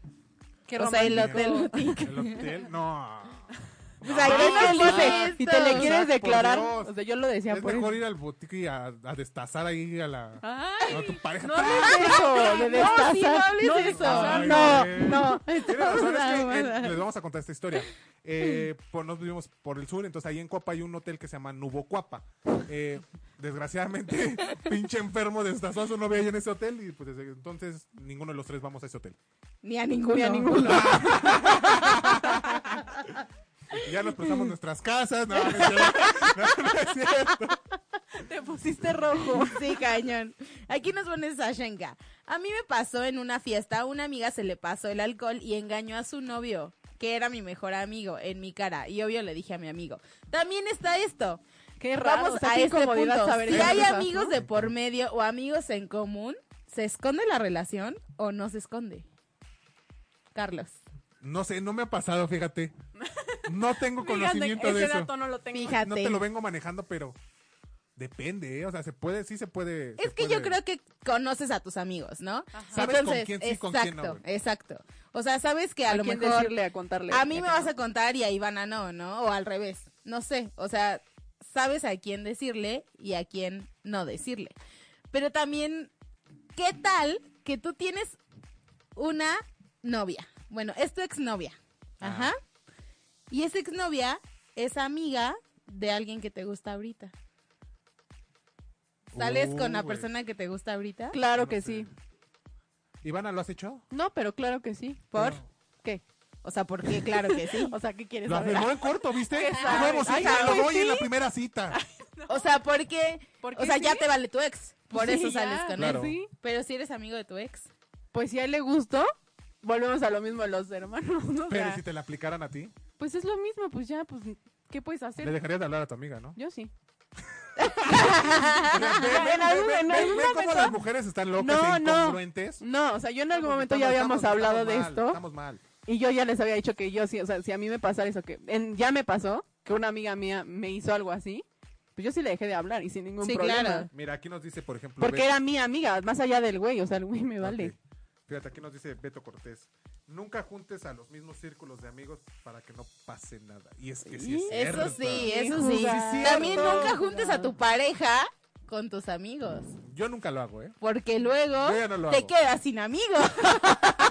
Qué o sea, el romántico. hotel boutique. El hotel, no. Pues aquí Pero es que nos él pone dice, si te le esto. quieres Isaac, por declarar, Dios. o sea, yo lo decía es por mejor eso. ir al boutique y a, a destazar ahí a la Ay, a tu pareja. no hables de eso, de destazar. No, sí, no hables de eso. Ay, No, güey. no. Tienes razón, es que en- mamada. les vamos a contar esta historia. Eh, pues nos vivimos por el sur, entonces ahí en Cuapa hay un hotel que se llama Nubo Cuapa. Eh, desgraciadamente, <laughs> pinche enfermo destazó a su novia ahí en ese hotel y pues desde entonces ninguno de los tres vamos a ese hotel. Ni a ninguno. Ni a ninguno. Y ya nos Mm. prestamos nuestras casas, no, no es cierto. No, no es cierto. Te pusiste rojo. <laughs> Sí, cañón. Aquí nos pone Sashenka. A mí me pasó en una fiesta, a una amiga se le pasó el alcohol y engañó a su novio, que era mi mejor amigo, en mi cara. Y obvio le dije a mi amigo. También está esto. Qué raro. Vamos o sea, a qué este incomodidad punto. saber Si esas hay cosas, amigos ¿no? de por medio o amigos en común, ¿se esconde la relación o no se esconde? Carlos. No sé, no me ha pasado, fíjate. No <laughs> tengo Fíjate, conocimiento ese de eso. dato no lo tengo. Fíjate. No te lo vengo manejando, pero depende, ¿eh? O sea, se puede, sí se puede. se Es que yo puede. creo que conoces a tus amigos, ¿no? Sabes con quién sí, con quién no, exacto, güey. exacto. O sea, sabes que a, ¿A lo quién mejor decirle, a contarle? a mí ¿A me que vas no? a contar y a Ivana no, ¿no? O al revés. No sé, o sea, sabes a quién decirle y a quién no decirle. Pero también ¿qué tal que tú tienes una novia? Bueno, es tu exnovia. Ajá. Y esa exnovia es amiga de alguien que te gusta ahorita. ¿Sales Uh, con la güey. persona que te gusta ahorita? Claro No que sé. sí. Ivana, ¿lo has hecho? No, pero claro que sí. ¿Por? ¿Qué? O sea, ¿por qué? Claro que <laughs> sí. O sea, ¿qué quieres Lo saber? afirmó en corto, ¿viste? ¿Qué A huevo, sí, sabes? me Ay, lo ay, doy en sí. la primera cita. O sea, porque, ¿Por o qué sea, ya sí? te vale tu ex. Por Sí, eso ya, sales con Claro. él. sí. Pero si eres amigo de tu ex. Pues si a él le gustó, volvemos a lo mismo de los hermanos. ¿no? O Pero sea, si te la aplicaran a ti, Pues es lo mismo, pues ya, pues, ¿qué puedes le hacer? dejarías de hablar a tu amiga, <laughs> ¿no? Yo sí. O sea, En algún- en algún cómo momento- las mujeres están locas No, e no. incongruentes. No, o sea, yo en algún momento ya Estamos- habíamos estamos- hablado estamos de mal, esto. Estamos mal. Y yo ya les había dicho que yo sí, o sea, si a mí me pasara eso, que en- ya me pasó, que una amiga mía me hizo algo así, pues yo sí le dejé de hablar y sin ningún Sí, problema. claro. Mira, aquí nos dice, por ejemplo. Porque Beto- era mi amiga, más allá del güey, o sea, el güey me vale. Ok. Fíjate, aquí nos dice Beto Cortés. Nunca juntes a los mismos círculos de amigos para que no pase nada. Y es que sí es Eso Sí, cierto. sí, Sí, eso sí. jugar. También Cierto. nunca juntes a tu pareja con tus amigos. Yo nunca lo hago, ¿eh? Porque luego Yo ya no lo te hago. quedas sin amigos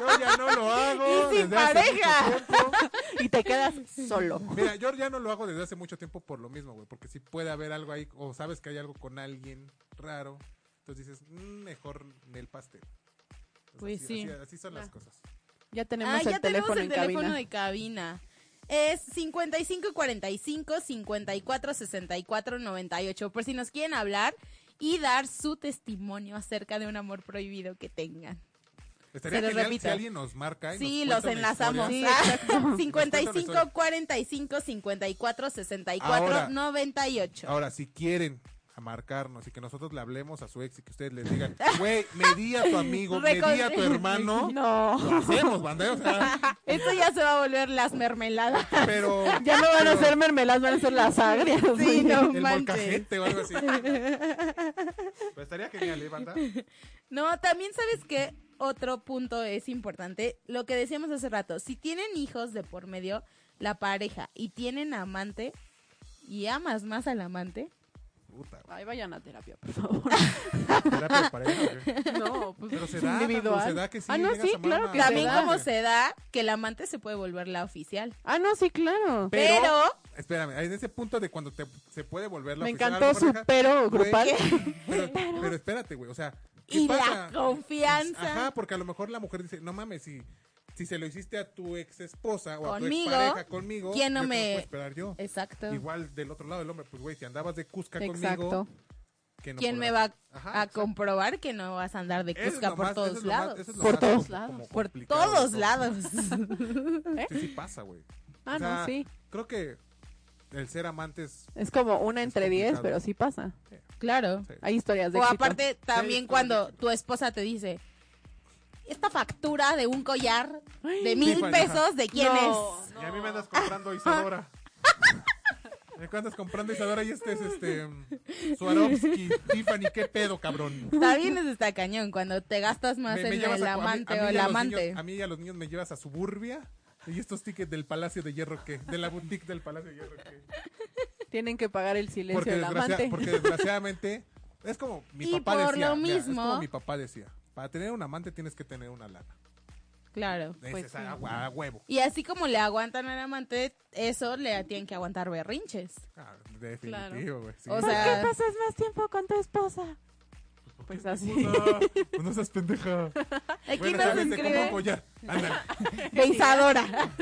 Yo ya no lo hago. y sin desde hace pareja. mucho tiempo. Y <laughs> te quedas solo. Mira, yo ya no lo hago desde hace mucho tiempo por lo mismo, güey. Porque si puede haber algo ahí, o sabes que hay algo con alguien raro, entonces dices, "Mm, mejor en el pastel. Entonces, Pues así, sí. Así, así son las cosas. Ya tenemos Ah, el ya <laughs> teléfono tenemos el en teléfono cabina. de cabina. Es 55 45 54 64 98. Por si nos quieren hablar y dar su testimonio acerca de un amor prohibido que tengan. Estaría Se lo genial repito. si alguien nos marca. Y Sí, los nos cuenta una enlazamos. historia. Ah, Nos cuenta una 55 historia. 45 54 64 Ahora. 98. Ahora, si quieren a marcarnos y que nosotros le hablemos a su ex y que ustedes les digan, <laughs> güey, me di a tu amigo, me di a tu Recon- hermano. No. Lo hacemos, banda. o <laughs> sea, Esto ya se va a volver las <laughs> mermeladas. pero. Ya no van a pero ser mermeladas, van a ser las agrias. Sí, no El manches. molcajete o algo <laughs> así. Pero estaría genial, ¿eh, banda? No, también sabes que otro punto es importante, lo que decíamos hace rato, si tienen hijos de por medio, la pareja, y tienen amante, y amas más al amante, Puta, güey. Ay, vayan a terapia, por <laughs> favor. Terapia de pareja, güey. No, pues Pero se es da, individual. Tato, se da que sí Ah, no, llegas sí, a amar claro a- que se también da. como se da que el amante se puede volver la oficial. Ah, no, sí, claro. Pero- Espérame, en ese punto de cuando te, se puede volver la Me oficial encantó algo su pareja, pero güey, grupal. <laughs> Pero, <laughs> pero espérate, güey, o sea, ¿qué Y pasa? la confianza. Ajá, porque a lo mejor la mujer dice, no mames, si, si se lo hiciste a tu ex esposa o Conmigo, a tu ex pareja conmigo, ¿quién no yo, ¿qué me- puedo esperar yo? Exacto. Igual del otro lado del hombre, pues güey, si andabas de Cusca Exacto. conmigo, ¿qué no ¿Quién me va podrás? a Ajá, exacto. comprobar que no vas a andar de Eso es cusca lo por más- eso todos es lo más- lados? eso es lo Por más todos como- como lados. por complicado, todos ¿no? lados. <laughs> <laughs> ¿eh? Sí, sí pasa, güey. Ah, no, sí. Creo que el ser amantes Es como una Es entre diez, complicado. pero sí pasa. claro. Sí. Hay historias de O éxito. aparte, también Sí, cuando claro. tu esposa te dice, esta factura de un collar de mil pues, pesos, ¿de quién No. es? <laughs> Y a mí me andas comprando Isadora. Me andas comprando Isadora y este es este. mm, Swarovski, Tiffany, qué pedo, cabrón. <laughs> También es está cañón cuando te gastas más Me- me en llevas el a- a mí- amante a mí y o a la los amante. niños- a mí y a los niños me llevas a Suburbia. Y estos tickets del Palacio de Hierro, ¿qué? De la boutique del Palacio de Hierro, ¿qué? Tienen que pagar el silencio Porque, del desgracia- amante. porque desgraciadamente. Es como mi Y papá por decía. lo mira, mismo- es como mi papá decía. Para tener un amante tienes que tener una lana. Claro. Ese Pues es sí. a, a huevo. Y así como le aguantan al amante, eso le tienen que aguantar berrinches. Ah, definitivo, güey. sí. O sea, pasas más tiempo con tu esposa? Pues así. Puta, pues no seas pendeja. aquí Buenas nos tardes, te compro un escribe collar. Ándale, de Isadora.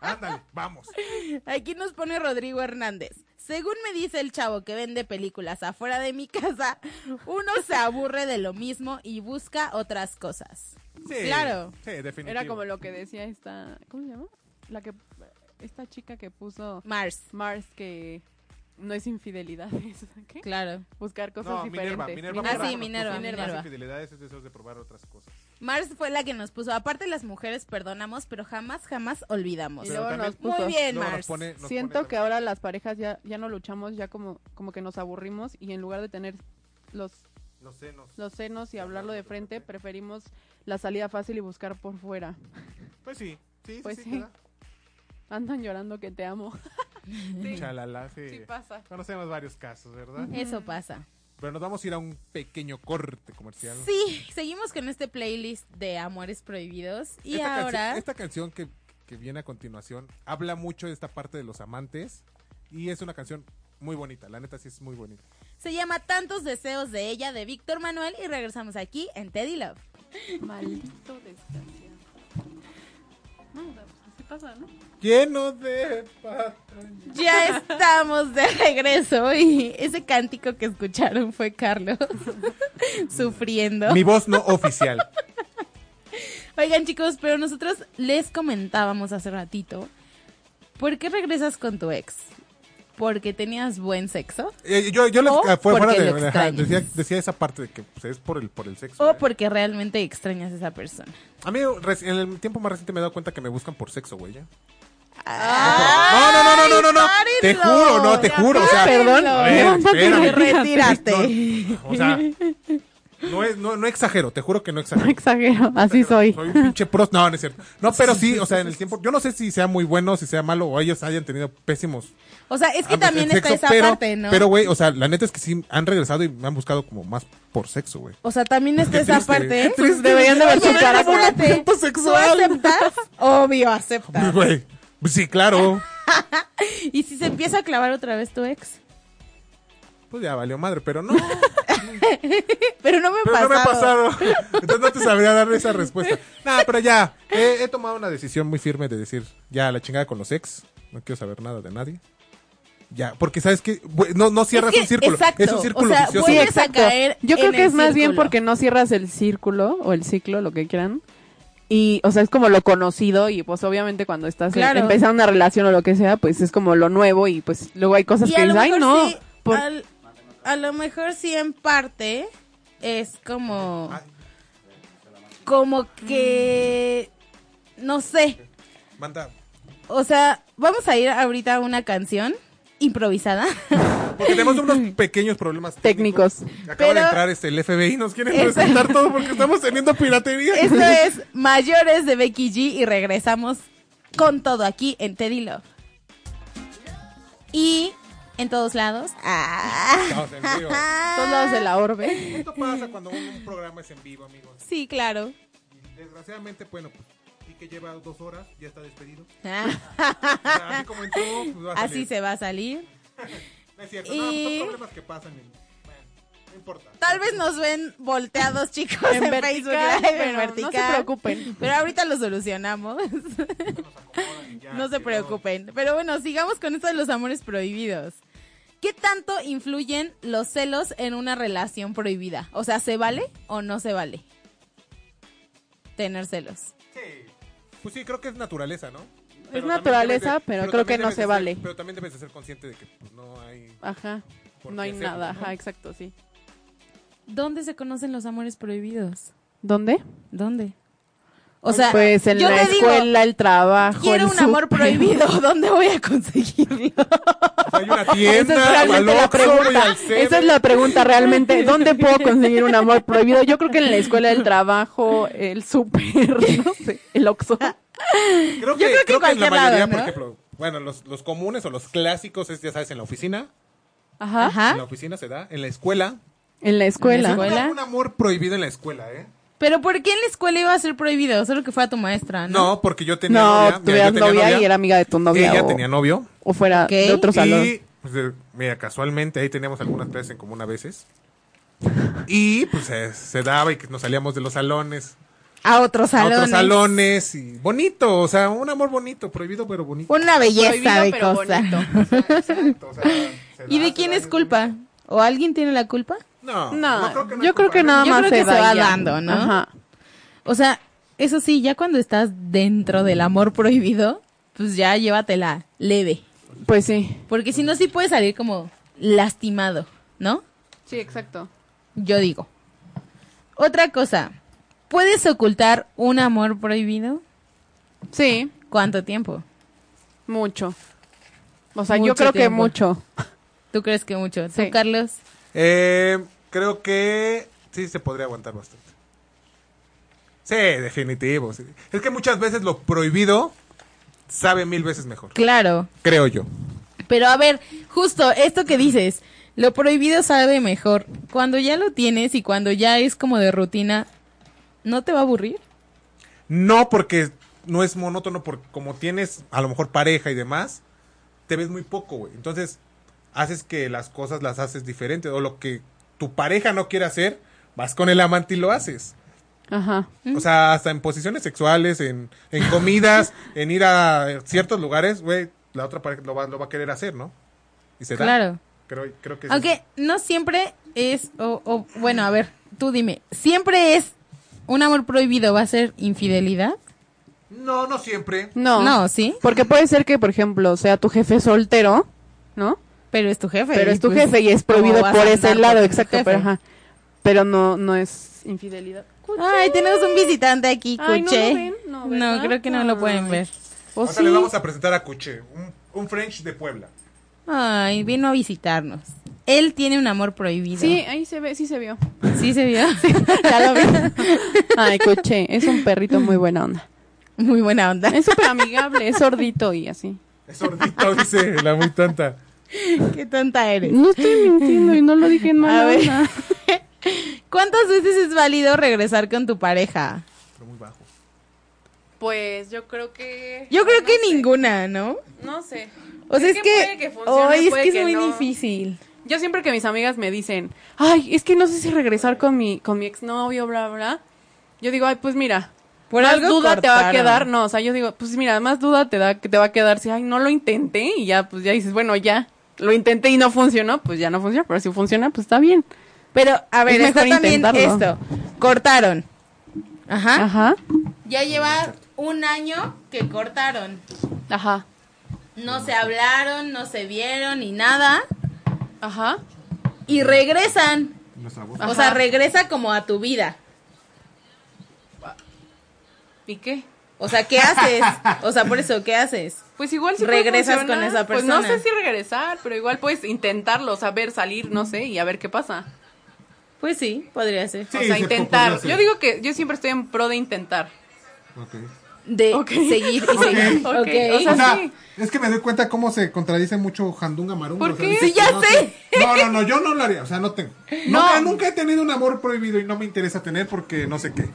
ándale, vamos. <laughs> Aquí nos pone Rodrigo Hernández. Según me dice el chavo que vende películas afuera de mi <laughs> casa, uno se aburre de lo mismo y busca otras cosas. Sí, Claro. Sí, definitivo. Era como lo que decía esta. ¿Cómo se llama? La que. Esta chica que puso Mars. Mars que no es infidelidad. <laughs> es- ¿Qué? Claro. Buscar cosas No, Minerva, diferentes. Minerva. Ah, por sí, algo nos Minerva, puso, Minerva. Las infidelidades es deseos de probar otras cosas. Mars fue la que nos puso. Aparte, las mujeres perdonamos, pero jamás, jamás olvidamos. Y luego también- nos puso- Muy bien, luego nos Mars. pone- nos Siento pone- que ahora las parejas ya, ya no luchamos, ya como, como que nos aburrimos y en lugar de tener los, Los senos. los senos y hablarlo de frente, preferimos la salida fácil y buscar por fuera. Pues sí, sí, sí, Pues sí. sí. ¿verdad? Andan llorando que <laughs> te amo. Chalala, sí. Sí pasa. Conocemos varios casos, ¿verdad? Eso pasa. Pero nos vamos a ir a un pequeño corte comercial. Sí, seguimos con este playlist de amores prohibidos. Y Esta canción- ahora. esta canción que, que viene a continuación habla mucho de esta parte de los amantes y es una canción muy bonita. La neta sí es muy bonita. Se llama Tantos deseos de ella de Víctor Manuel y regresamos aquí en Teddy Love. Maldito desgraciado. No, pues así pasa, ¿no? Lleno de patrón. Ya estamos de regreso y ese cántico que escucharon fue Carlos <laughs> sufriendo. Mi voz no oficial. <laughs> Oigan chicos, pero nosotros les comentábamos hace ratito, ¿por qué regresas con tu ex? ¿Porque tenías buen sexo? Eh, yo yo les- O ah, fue porque fuera lo de. ajá, extrañas. decía, decía esa parte de que pues, es por el, por el sexo. ¿O ¿eh? porque realmente extrañas a esa persona? A mí, reci- en el tiempo más reciente me he dado cuenta que me buscan por sexo, güey. ¿ya? No, no, no, no, no, no. Te juro, no, te juro, o sea, Perdón, a ver, espérame. <laughs> retírate. O sea, No, es, no, no exagero, te juro que no <laughs> No exagero. exagero, así soy. Soy un pinche pros. No, no es cierto. No, pero sí, o sea, en el tiempo. Yo no sé si sea muy bueno, si sea malo, o ellos hayan tenido pésimos. O sea, es que ámbitos también de está sexo, esa pero, parte, ¿no? Pero, güey, o sea, la neta es que sí han regresado y me han buscado como más por sexo, güey. o sea, también está esa triste, parte. ¿eh? qué triste. Deberían de ver su Oye, cara espérate, como punto sexual. ¿Tú aceptas? Obvio, aceptas. Güey. pues Sí, <laughs> claro. ¿Y si se empieza a clavar otra vez tu ex? Pues ya valió madre, <laughs> pero no. Pero no me Pero no me ha pasado. pasado. Entonces no te sabría dar <laughs> esa respuesta. Nada, pero ya. He, he tomado una decisión muy firme de decir, ya, la chingada con los ex. No quiero saber nada de nadie. Ya, porque sabes que no, no cierras Es que- un círculo. exacto, Es un círculo o sea, vicioso. voy Sí, Vuelves a exacto. caer Yo en creo que el es más bien círculo. porque no cierras el círculo o el ciclo, lo que quieran. Y, o sea, es como lo conocido y pues obviamente cuando estás en- Claro. empezando una relación o lo que sea, pues es como lo nuevo y pues luego hay cosas Y que a dices, lo ay mejor no, sí, por- al- a lo mejor sí en parte es como... Como que... No sé. Manda. O sea, vamos a ir ahorita a una canción improvisada. <laughs> Porque tenemos unos pequeños problemas técnicos. Técnicos. Acaba de Pero- entrar este, el FBI y nos quieren Eso- presentar todo porque estamos teniendo piratería. Esto es Mayores de Becky G y regresamos con todo aquí en Teddy Love. Y en todos lados. Ah. Estamos en <laughs> vivo. todos lados de la orbe. Esto pasa cuando un, un programa es en vivo, amigos. Sí, claro. Y Desgraciadamente, bueno, pues, y que lleva dos horas, ya está despedido. Ah, O sea, <laughs> así como en todo, pues va a <laughs> Así salir. se va a salir. No es cierto, no, Y- son problemas que pasan. y- bueno, no importa. Tal vez nos ven volteados, chicos, en, En Facebook vertical, Live, en pero no se vertical. preocupen. Pero ahorita lo solucionamos. <laughs> No se preocupen. Pero bueno, sigamos con esto de los amores prohibidos. ¿Qué tanto influyen los celos en una relación prohibida? O sea, ¿se vale o no se vale tener celos? Sí. Pues sí, creo que es naturaleza, ¿no? Pero también naturaleza, debes pero creo que también no debes se de ser- vale. Pero también debes de ser consciente de que pues, no hay... Ajá. ¿Por No qué hay hacerlo, nada, no? ajá, exacto, sí. ¿Dónde se conocen los amores prohibidos? ¿Dónde? ¿Dónde? O sea, pues en yo la te digo, escuela, el trabajo. quiero el un amor súper. prohibido, <laughs> ¿dónde voy a conseguirlo? O sea, Pues, hay una <laughs> Esa es tienda, al realmente la Oxxo, voy pregunta. al Esa es la pregunta realmente. ¿Dónde puedo conseguir un amor prohibido? Yo creo que en la escuela, el trabajo, el súper, <laughs> no sé, el oxo. creo Yo que, creo que creo que en la cualquier lado, mayoría, ¿no? por ejemplo, bueno, los, los comunes o los clásicos es, ya sabes, en la oficina. Ajá. Ajá. En la oficina se da, en la escuela. En la escuela. escuela. Nunca Un amor prohibido en la escuela, ¿eh? Pero ¿por qué en la escuela iba a ser prohibido? Solo que fuera tu maestra, ¿no? No, porque yo tenía No, novia. mira, tuvieras yo tenía novia, y era amiga de tu novia. Ella o, tenía novio. o fuera Ok. de otro salón. Y, pues, eh, mira, casualmente ahí teníamos algunas clases en común a veces. Y pues eh, se daba y que nos salíamos de los salones, A otros a salones. otros salones. Y bonito, o sea, un amor bonito, prohibido pero bonito. Una belleza Prohibido, de pero cosa. bonito. Exacto, o sea, se <laughs> ¿Y da, de se quién da, es se da. culpa? ¿O alguien tiene la culpa? No, No, no creo que no yo es creo culpa, que nada Yo más creo que se, se va ya. dando, ¿no? Ajá. O sea, eso sí, ya cuando estás dentro del amor prohibido, pues ya llévatela leve. Pues sí. Porque si no, sí puedes salir como lastimado, ¿no? Sí, exacto. Yo digo. Otra cosa, ¿puedes ocultar un amor prohibido? Sí, ¿Cuánto tiempo? mucho. O sea, Mucho yo creo que tiempo. mucho. ¿Tú crees que mucho? ¿Tú, Sí. Carlos? Eh, creo que sí se podría aguantar bastante. Sí, definitivo. sí. Es que muchas veces lo prohibido sabe mil veces mejor. Claro. Creo yo. Pero a ver, justo esto que dices, lo prohibido sabe mejor. Cuando ya lo tienes y cuando ya es como de rutina, ¿no te va a aburrir? No porque no es monótono, porque como tienes a lo mejor pareja y demás, te ves muy poco, güey. Entonces, haces que las cosas las haces diferentes. O lo que tu pareja no quiere hacer, vas con el amante y lo haces. Ajá. O sea, hasta en posiciones sexuales, en, en <laughs> comidas, en ir a ciertos lugares, güey, la otra pareja lo va, lo va a querer hacer, ¿no? Y se da. Claro. Creo, creo que sí. Aunque no siempre es, o, o, bueno, a ver, tú dime, siempre es un amor prohibido, ¿va a ser infidelidad? No, no siempre. No. No, ¿sí? Porque puede ser que, por ejemplo, sea tu jefe soltero, ¿no? Pero es tu jefe. Pero y es tu pues, jefe y es ¿cómo prohibido vas a por ese andar lado, con tu exacto. jefe? Pero, ajá. pero no, no es infidelidad. Ay, tenemos un visitante aquí, Ay, no lo Cuché. ven, no, ¿verdad? creo que no lo pueden Ay. ver. O Ahora sí. le vamos a presentar a Cuche, un, un French de Puebla. Ay, vino a visitarnos. Él tiene un amor prohibido. Sí, ahí se ve, sí se vio. <laughs> Sí se vio. ya lo vi. Ay, coche, es un perrito muy buena onda. Muy buena onda. Es súper amigable, es sordito y así. Es sordito, <laughs> dice la muy tonta. <laughs> Qué tonta eres. Mm. No estoy mintiendo y no lo dije en mala A ver. onda. ¿Cuántas veces es válido regresar con tu pareja? Pero muy bajo. Pues yo creo que. Yo creo que ninguna, ¿no? No sé. O sea, es, que, puede que funcione, Ay, es puede que es que muy no. difícil. Yo siempre que mis amigas me dicen, ay, es que no sé si regresar con mi, con mi exnovio, bla, bla. Yo digo, ay, pues mira, Por más algo duda te va a cortaron. quedar. No, o sea, yo digo, pues mira, más duda te, da, que te va a quedar si, ay, no lo intenté y ya, pues ya dices, bueno, ya, lo intenté y no funcionó, pues ya no funcionó, pero si funciona, pues está bien. Pero, a ver, Es está mejor también esto. intentarlo. Cortaron. Ajá. Ajá, Ya lleva un año que cortaron. ajá, No se hablaron, no se vieron ni nada. ajá. Y regresan. O Ajá. sea, regresa como a tu vida. ¿Y qué? O sea, ¿qué <laughs> haces? O sea, por eso, ¿qué haces? Pues igual si puede Regresas funcionar, con esa Pues no persona. sé si regresar, pero igual puedes intentarlo, saber salir, no sé, y a ver qué pasa. Pues sí, podría ser. Sí, o sea, se intentar. podría ser. Yo digo que yo siempre estoy en pro de intentar. Ok. De Ok. seguir y seguir. Ok. Ok. O sea, O sea, sí. es que me doy cuenta cómo se contradice mucho Handunga Marunga. ¿Por o sea, qué? dice Sí, que ya no, sé. sí. No, no, no, yo no lo haría. O sea, no tengo. Nunca, nunca he tenido un amor prohibido y no me interesa tener porque no sé qué.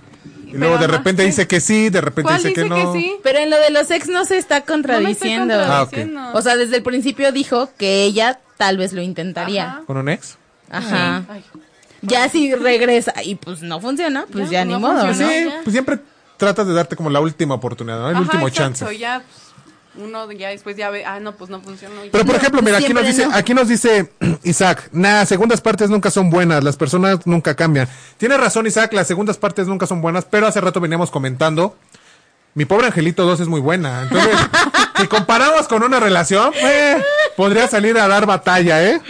Y luego de Pero, ajá, repente sí. dice que sí, de repente ¿Cuál Pues dice, dice que no. sí? Pero en lo de los ex no se está No me estoy contradiciendo. Ah, ok. contradiciendo. O sea, desde el principio dijo que ella tal vez lo intentaría. Ajá. ¿Con un ex? Ajá. Ay, Ya si regresa y pues no funciona, pues ya, Ya, ni no modo, funciona. ¿no? sí, ya. pues siempre tratas de darte como la última oportunidad, ¿no? el ajá, último exacto, chance. Ya, pues, uno ya después ya ve, ah, no, pues no funcionó. ya. Pero por ejemplo, mira, aquí nos Siempre dice, no. aquí nos dice <clears throat> Isaac, nah, segundas partes nunca son buenas, las personas nunca cambian. Tiene razón Isaac, las segundas partes nunca son buenas, pero hace rato veníamos comentando, mi pobre angelito 2 es muy buena. Entonces, si comparamos con una relación, eh, podría salir a dar batalla, ¿eh?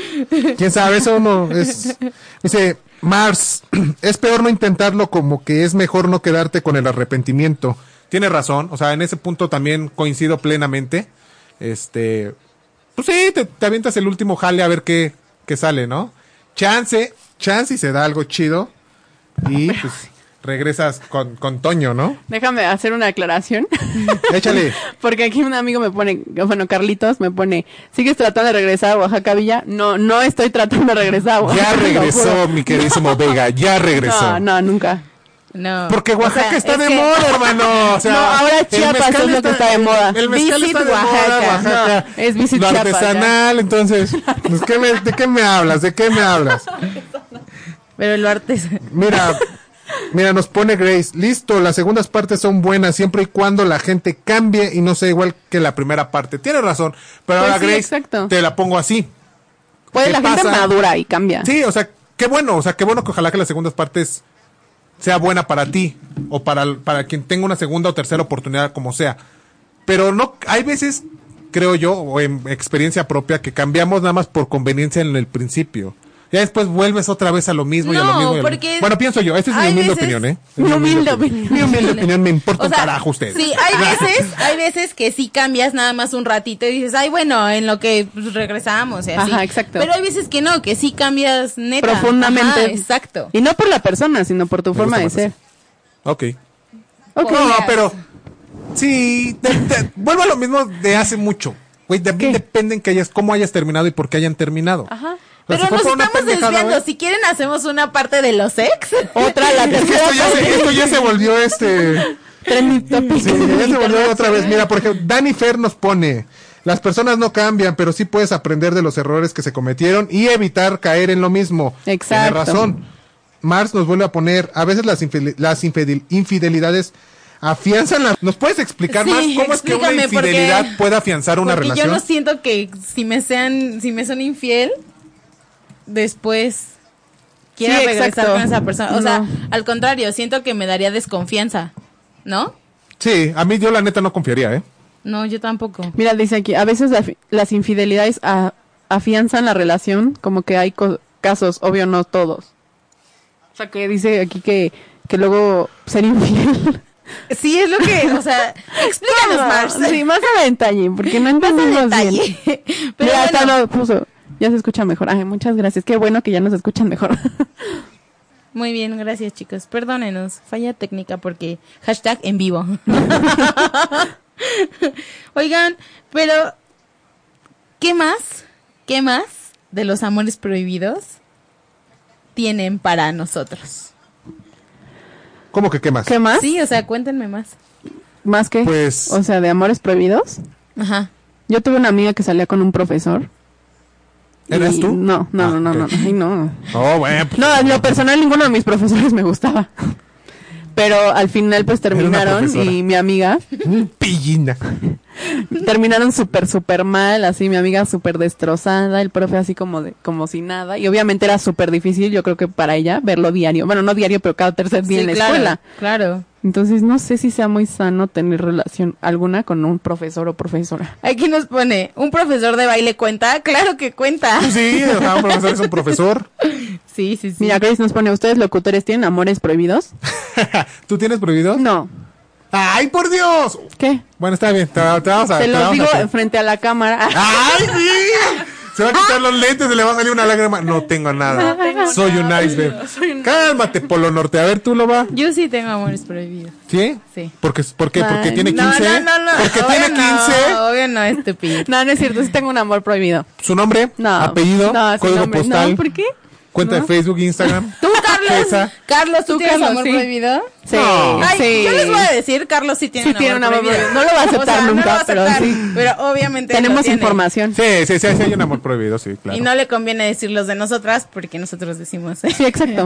Quién sabe, eso no es. Dice Mars, <clears throat> es peor no intentarlo como que es mejor no quedarte con el arrepentimiento. Tiene razón, o sea, en ese punto también coincido plenamente. Este, pues sí, te, te avientas el último jale a ver qué, qué sale, ¿no? Chance, chance y se da algo chido. Y pues regresas con, con Toño, <laughs> ¿no? Déjame hacer una aclaración. <laughs> Échale. Porque aquí un amigo me pone, bueno, Carlitos me pone, ¿sigues tratando de regresar a Oaxaca Villa? No, no estoy tratando de regresar a Oaxaca. Ya te lo juro. regresó, mi queridísimo Vega, ya regresó. No, no, nunca. No. Porque Oaxaca O sea, está es de que- moda, hermano. O sea, No, ahora el Chiapas mezcal es lo que está de moda. El mezcal Visit está de moda, Oaxaca. Oaxaca. No, es visit Lo Chiapas, ya. artesanal, entonces. pues, ¿qué me- ¿De qué me hablas? ¿De qué me hablas? Pero lo artes. <laughs> Mira, mira, nos pone Grace. Listo, las segundas partes son buenas siempre y cuando la gente cambie y no sea igual que la primera parte. Tiene razón, pero Pues ahora sí, Grace exacto. te la pongo así. Pues ¿Qué la gente pasa? madura y Ah. cambia. Sí, o sea, qué bueno, o sea, qué bueno que ojalá que las segundas partes sea buena para ti o para, para quien tenga una segunda o tercera oportunidad, como sea. Pero no, hay veces, creo yo, o en experiencia propia, que cambiamos nada más por conveniencia en el principio. Ya después vuelves otra vez a lo mismo y a lo No, mismo. y a lo porque mismo. Bueno, pienso yo, esta es mi hay humilde veces- opinión, ¿eh? Mi humilde opinión. Mi humilde opinión, me importa O sea, un carajo usted. Ah, Sí, <laughs> hay veces, hay veces que sí cambias nada más un ratito y dices, ay, bueno, en lo que pues, regresamos y así. Ajá, exacto. Pero hay veces que no, que sí cambias neta. Profundamente. Ajá, exacto. Y no por la persona, sino por tu Me forma de gusta ser. más Ok. Ok. No, no, pero. Sí, te- te- vuelvo a lo mismo de hace mucho. Güey, también depende en que hayas, cómo hayas terminado y por qué hayan terminado. Ajá. O sea, Pero si fue nos por una estamos pendejada, desviando. güey. Si quieren, hacemos una parte de los ex. Otra, <laughs> la Es que tercera esto ya, se, esto ya se volvió este. trending topic. Sí, ya se volvió otra vez. Mira, por ejemplo, Dani Fer nos pone. Las personas no cambian, pero sí puedes aprender de los errores que se cometieron y evitar caer en lo mismo. Exacto. Tiene razón. Mars nos vuelve a poner, a veces las, infidel- las infidel- infidelidades afianzan las... ¿Nos puedes explicar Sí, más cómo es que una explícame, porque- infidelidad puede afianzar una Porque relación? yo no siento que si me sean, si me son infiel, después quiera Sí, regresar exacto. con esa persona. O sea, No. al contrario, siento que me daría desconfianza, ¿no? Sí, a mí yo la neta no confiaría, ¿eh? No, yo tampoco. Mira, dice aquí, a veces la fi- las infidelidades a- afianzan la relación, como que hay co- casos, obvio no todos. O sea, que dice aquí que, que luego <laughs> ser infiel. Sí, es lo que, o sea, <laughs> explícanos, Mars. <laughs> Sí, más a detalle, porque no entendimos bien. Detalle. <laughs> Pero Mira, hasta bueno, lo puso. Ya se escucha mejor. Ay, muchas gracias. Qué bueno que ya nos escuchan mejor. <laughs> Muy bien, gracias chicos. Perdónenos, falla técnica porque hashtag en vivo. <laughs> Oigan, pero ¿qué más? ¿Qué más de los amores prohibidos tienen para nosotros? ¿Cómo que qué más? ¿Qué más? Sí, o sea, cuéntenme más. ¿Más que Pues- O sea, de amores prohibidos. Ajá. Yo tuve una amiga que salía con un profesor. ¿Eres Y- tú? Ah, No, no, no, no, no, ay, no. Oh, bueno. pues, No, en lo personal ninguno de mis profesores me gustaba. Pero al final pues una terminaron profesora. y mi amiga Un pillina. terminaron súper súper mal, así mi amiga súper destrozada, el profe así como de como si nada y obviamente era súper difícil, yo creo que para ella verlo diario, bueno, no diario, pero cada tercer día Sí, en la claro, escuela. Claro. Entonces no sé si sea muy sano tener relación alguna con un profesor o profesora. Aquí nos pone, ¿un profesor de baile cuenta? Claro que cuenta. Pues Sí, o sea, un profesor es un profesor. <laughs> Sí, sí, sí. Mira, Grace nos pone, ¿ustedes locutores tienen amores prohibidos? ¿Tú tienes prohibido? No. ¡Ay, por Dios! ¿Qué? Bueno, está bien, te, te vamos a... Te los vamos digo a- Ah. frente a la cámara. ¡Ay, sí! Se va a quitar los lentes, se le va a salir una lágrima. No tengo nada. soy un iceberg. Cálmate, Polo Norte. A ver, tú lo va. Yo sí tengo amores prohibidos. ¿Sí? Sí. ¿Por qué? ¿Por qué? ¿Porque Ay, tiene 15? No, no, no, no. ¿Porque obvio tiene 15? no, obvio no, estúpido. <laughs> No, no es cierto, sí tengo un amor prohibido. ¿Su nombre? No. ¿Apellido? No, sin ¿Código nombre. postal? No, ¿por qué? ¿Cuenta de Facebook, Instagram? <laughs> ¿Tú, Carlos? Esa. Carlos, ¿tú, Tú, tienes Carlos, amor sí. prohibido? Sí, No. Ay, sí. yo les voy a decir, Carlos sí tiene, Sí un, tiene un amor amor prohibido. prohibido. No lo va a aceptar no lo nunca, va a pero aceptar, sí. pero obviamente lo Tenemos tiene. información. Sí. Sí, sí, sí, sí, hay un amor prohibido, sí, claro. Y no le conviene decir los de nosotras porque nosotros decimos. <laughs> exacto.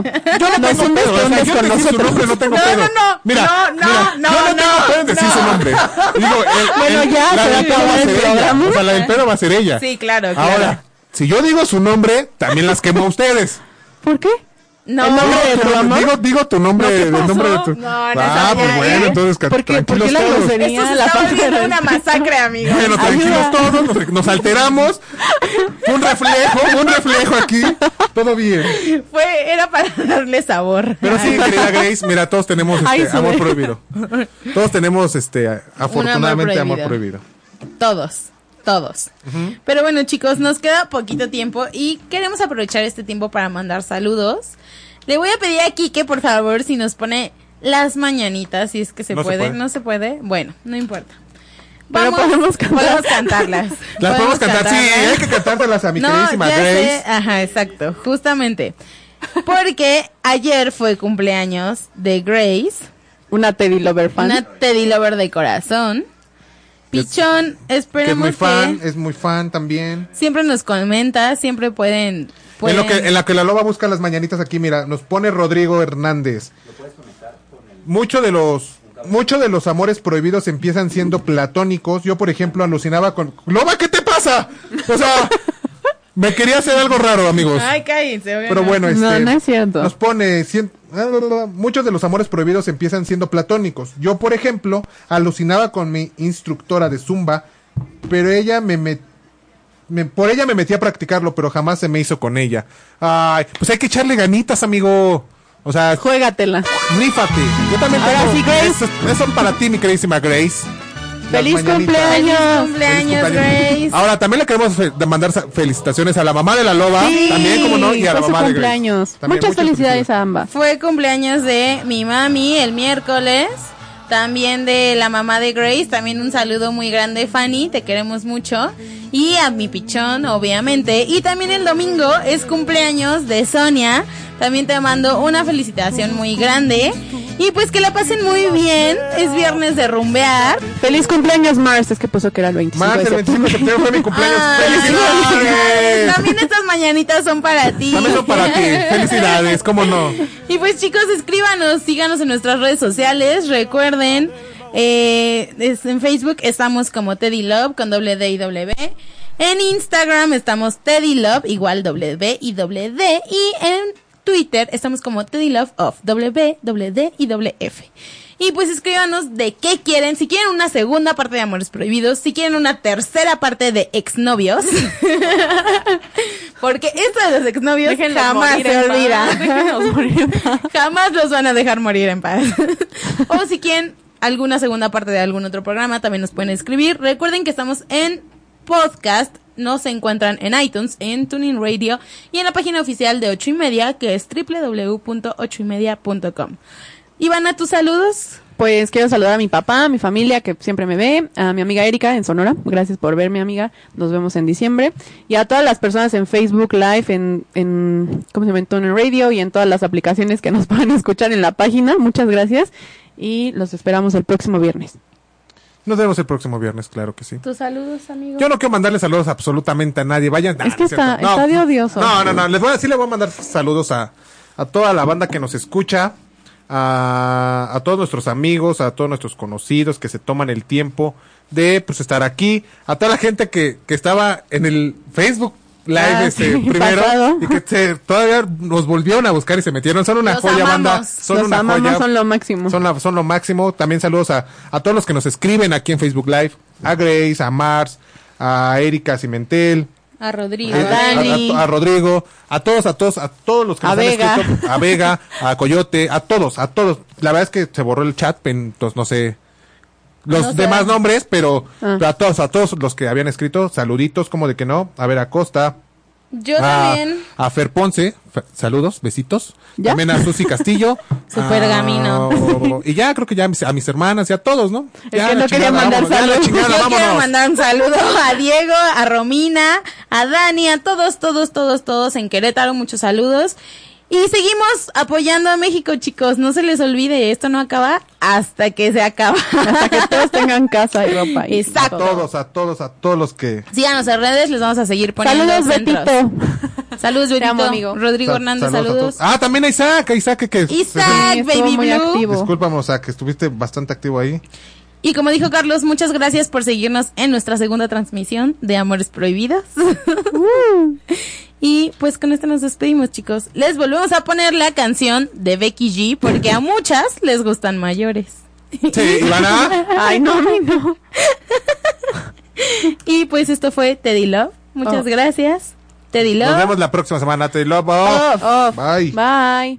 Yo no Nos tengo hundes, pedo, te o sea, hundes yo decir con su nosotros. nombre no tengo No, pedo. no, no, Mira, no, mira, no, yo no, no, tengo pedo en decir su no. nombre. Digo, el- Bueno, el- ya, la se va a del pedo va a acabar el ser ella. programa. O sea, la del pedo va a ser ella. Sí, claro, claro. Ahora, si yo digo su nombre, también las quemo a ustedes. ¿Por qué? No, El <laughs> nombre de Digo tu nombre- Digo, digo tu tu amor. No, nombre, ¿qué el nombre de pasó? tu. No, no, ah, no, pues ya, bueno, ya. entonces ca- ¿eh? ¿Por qué- por qué tranquilos la todos. grosería? esto se la está parte volviendo de- una masacre, amigo. Bueno, tranquilos Ayuda. todos, nos, nos <laughs> alteramos. Fue un reflejo, fue un reflejo aquí. Todo bien. Fue, era para darle sabor. Pero sí, querida Grace, mira, todos tenemos este, Ay, sube. amor prohibido. Todos tenemos, este, afortunadamente, amor prohibido. prohibido. Todos, todos. Pero bueno, chicos, nos queda poquito tiempo y queremos aprovechar este tiempo para mandar saludos. Le voy a pedir a Kike, por favor, si nos pone las mañanitas, si es que se, No se puede. puede. No se puede. Bueno, no importa. Pero podemos cantar. podemos cantarlas. <laughs> Las podemos cantar, sí, hay que cantártelas a mi queridísima ¿eh? ya Grace. sé. Ajá, exacto, justamente. Porque ayer fue cumpleaños de Grace. Una Teddy Lover fan. Una Teddy Lover de corazón. Pichón, Que es esperemos muy que, fan, es muy fan también. siempre nos comenta, siempre pueden... En, pueden lo que, en la que la loba busca las mañanitas aquí, mira, nos pone Rodrigo Hernández. Mucho de los... Muchos de los amores prohibidos empiezan siendo platónicos. Yo, por ejemplo, alucinaba con... ¡Loba, qué te pasa! O sea, me quería hacer algo raro, amigos. Ay, cállense. oigan, Pero no. bueno, este... No, no es cierto. Nos pone, cien- ah, muchos de los amores prohibidos empiezan siendo platónicos. Yo, por ejemplo, alucinaba con mi instructora de zumba, pero ella me, met- me- por ella me metí a practicarlo, pero jamás se me hizo con ella. Ay, pues hay que echarle ganitas, amigo. O sea, Juégatela. rífate. Yo también Ahora tengo- sí, Grace. Eso, eso para ti, mi queridísima Grace. Las ¡Feliz mañanitas. cumpleaños! Feliz Feliz cumpleaños, Grace. cumpleaños. Ah. Ahora también le queremos fe- de- mandar sa- felicitaciones a la mamá de la loba, Sí, también como no, y a la fue su mamá de Grace. cumpleaños. También Muchas felicidades a ambas. Fue cumpleaños de mi mami el miércoles. También de la mamá de Grace. También un saludo muy grande, Fanny. Te queremos mucho. Y a mi pichón, obviamente. Y también el domingo es cumpleaños de Sonia. También te mando una felicitación muy grande. Y pues que la pasen muy bien. Es viernes de rumbear. Feliz cumpleaños, Mars. Es que puso que era el 25 Mars, de el 25 de septiembre. septiembre fue mi cumpleaños. Ay, ¡Felicidades! También estas mañanitas son para ti. También son para ti. Felicidades, ¿cómo no? <laughs> Y pues chicos, escríbanos, síganos en nuestras redes sociales, recuerden, eh, es- en Facebook estamos como Teddy Love con doble D y doble B. En Instagram estamos Teddy Love igual doble B y doble D. Y en Twitter estamos como Teddy Love Off, doble B, doble D y doble F. Y pues escríbanos de qué quieren, si quieren una segunda parte de Amores Prohibidos, si quieren una tercera parte de Exnovios. <laughs> Porque esto de los exnovios Déjenlos jamás morir se en paz, olvida. déjenlos morir en paz. <laughs> Jamás los van a dejar morir en paz. <laughs> o si quieren alguna segunda parte de algún otro programa, también nos pueden escribir. Recuerden que estamos en podcast. Nos encuentran en iTunes, en Tuning Radio y en la página oficial de 8 y media, que es www.ochoymedia.com. Ivana, tus saludos. Pues quiero saludar a mi papá, a mi familia que siempre me ve, a mi amiga Erika en Sonora. Gracias por verme, amiga. Nos vemos en diciembre. Y a todas las personas en Facebook Live, en, en ¿cómo se llama? En Tuning Radio y en todas las aplicaciones que nos <laughs> puedan escuchar en la página. Muchas gracias. Y los esperamos el próximo viernes. Nos vemos el próximo viernes, claro que sí. Tus saludos, amigo. Yo no quiero mandarle saludos absolutamente a nadie. Vayan. nah, Es que no cierto. está- está de odioso. No, no, no. Les voy a decir, le voy a mandar saludos a, a toda la banda que nos escucha, a, a todos nuestros amigos, a todos nuestros conocidos que se toman el tiempo de pues estar aquí, a toda la gente que, que estaba en el Facebook Live Ah, este, sí, primero <laughs> pasado. y que se- todavía nos volvieron a buscar y se metieron. Son una Los joya, banda. amamos. Son los una amamos, joya. son lo máximo. Son, la- son lo máximo. También saludos a, a todos los que nos escriben aquí en Facebook Live. A Grace, a Mars, a Erika Cimentel, A Rodrigo, eh, a Dani. a, a Rodrigo, a todos, a todos, a todos los que A nos han Vega. escrito, a Vega, <laughs> a Coyote, a todos, a todos. La verdad es que se borró el chat, entonces no sé los No sé. Ah. demás nombres, pero a todos, a todos los que habían escrito, saluditos, como de que no, a ver a Costa, Yo a, también. Ah, a Fer Ponce, fe- saludos, besitos. ¿Ya? También a Susi Castillo. <laughs> Super a- gamino. Y ya creo que ya a mis, a mis hermanas y a todos, ¿no? Es Ya que la no quería chingada, mandar vámonos, <laughs> ya la saludos. chingada, Yo quiero vámonos. mandar un saludo a Diego, a Romina, a Dani, a todos, todos, todos, todos en Querétaro. Muchos saludos. Y seguimos apoyando a México, chicos. No se les olvide, esto no acaba hasta que se <laughs> acaba. <laughs> Hasta que todos tengan casa y ropa. y Exacto. A todo. todos, a todos, a todos los que. Síganos en redes, les vamos a seguir poniendo Saludos, centros. Betito. Saludos, Betito. amo, amigo. Rodrigo Sal- Hernández, a saludos. todos. Ah, también a Isaac, a Isaac que. Isaac, Sí, estuvo Baby muy Blue. activo. Discúlpame, Isaac, que estuviste bastante activo ahí. Y como dijo Carlos, muchas gracias por seguirnos en nuestra segunda transmisión de Amores Prohibidos. <laughs> y pues con esto nos despedimos, chicos. Les volvemos a poner la canción de Becky G porque a muchas les gustan mayores. Sí, <laughs> Ivana. <laughs> Ay, no, no, no. Y pues esto fue Teddy Love. Muchas Oh. gracias. Teddy Love. Nos vemos la próxima semana. Te love. Oh. Off, off. Bye. Bye.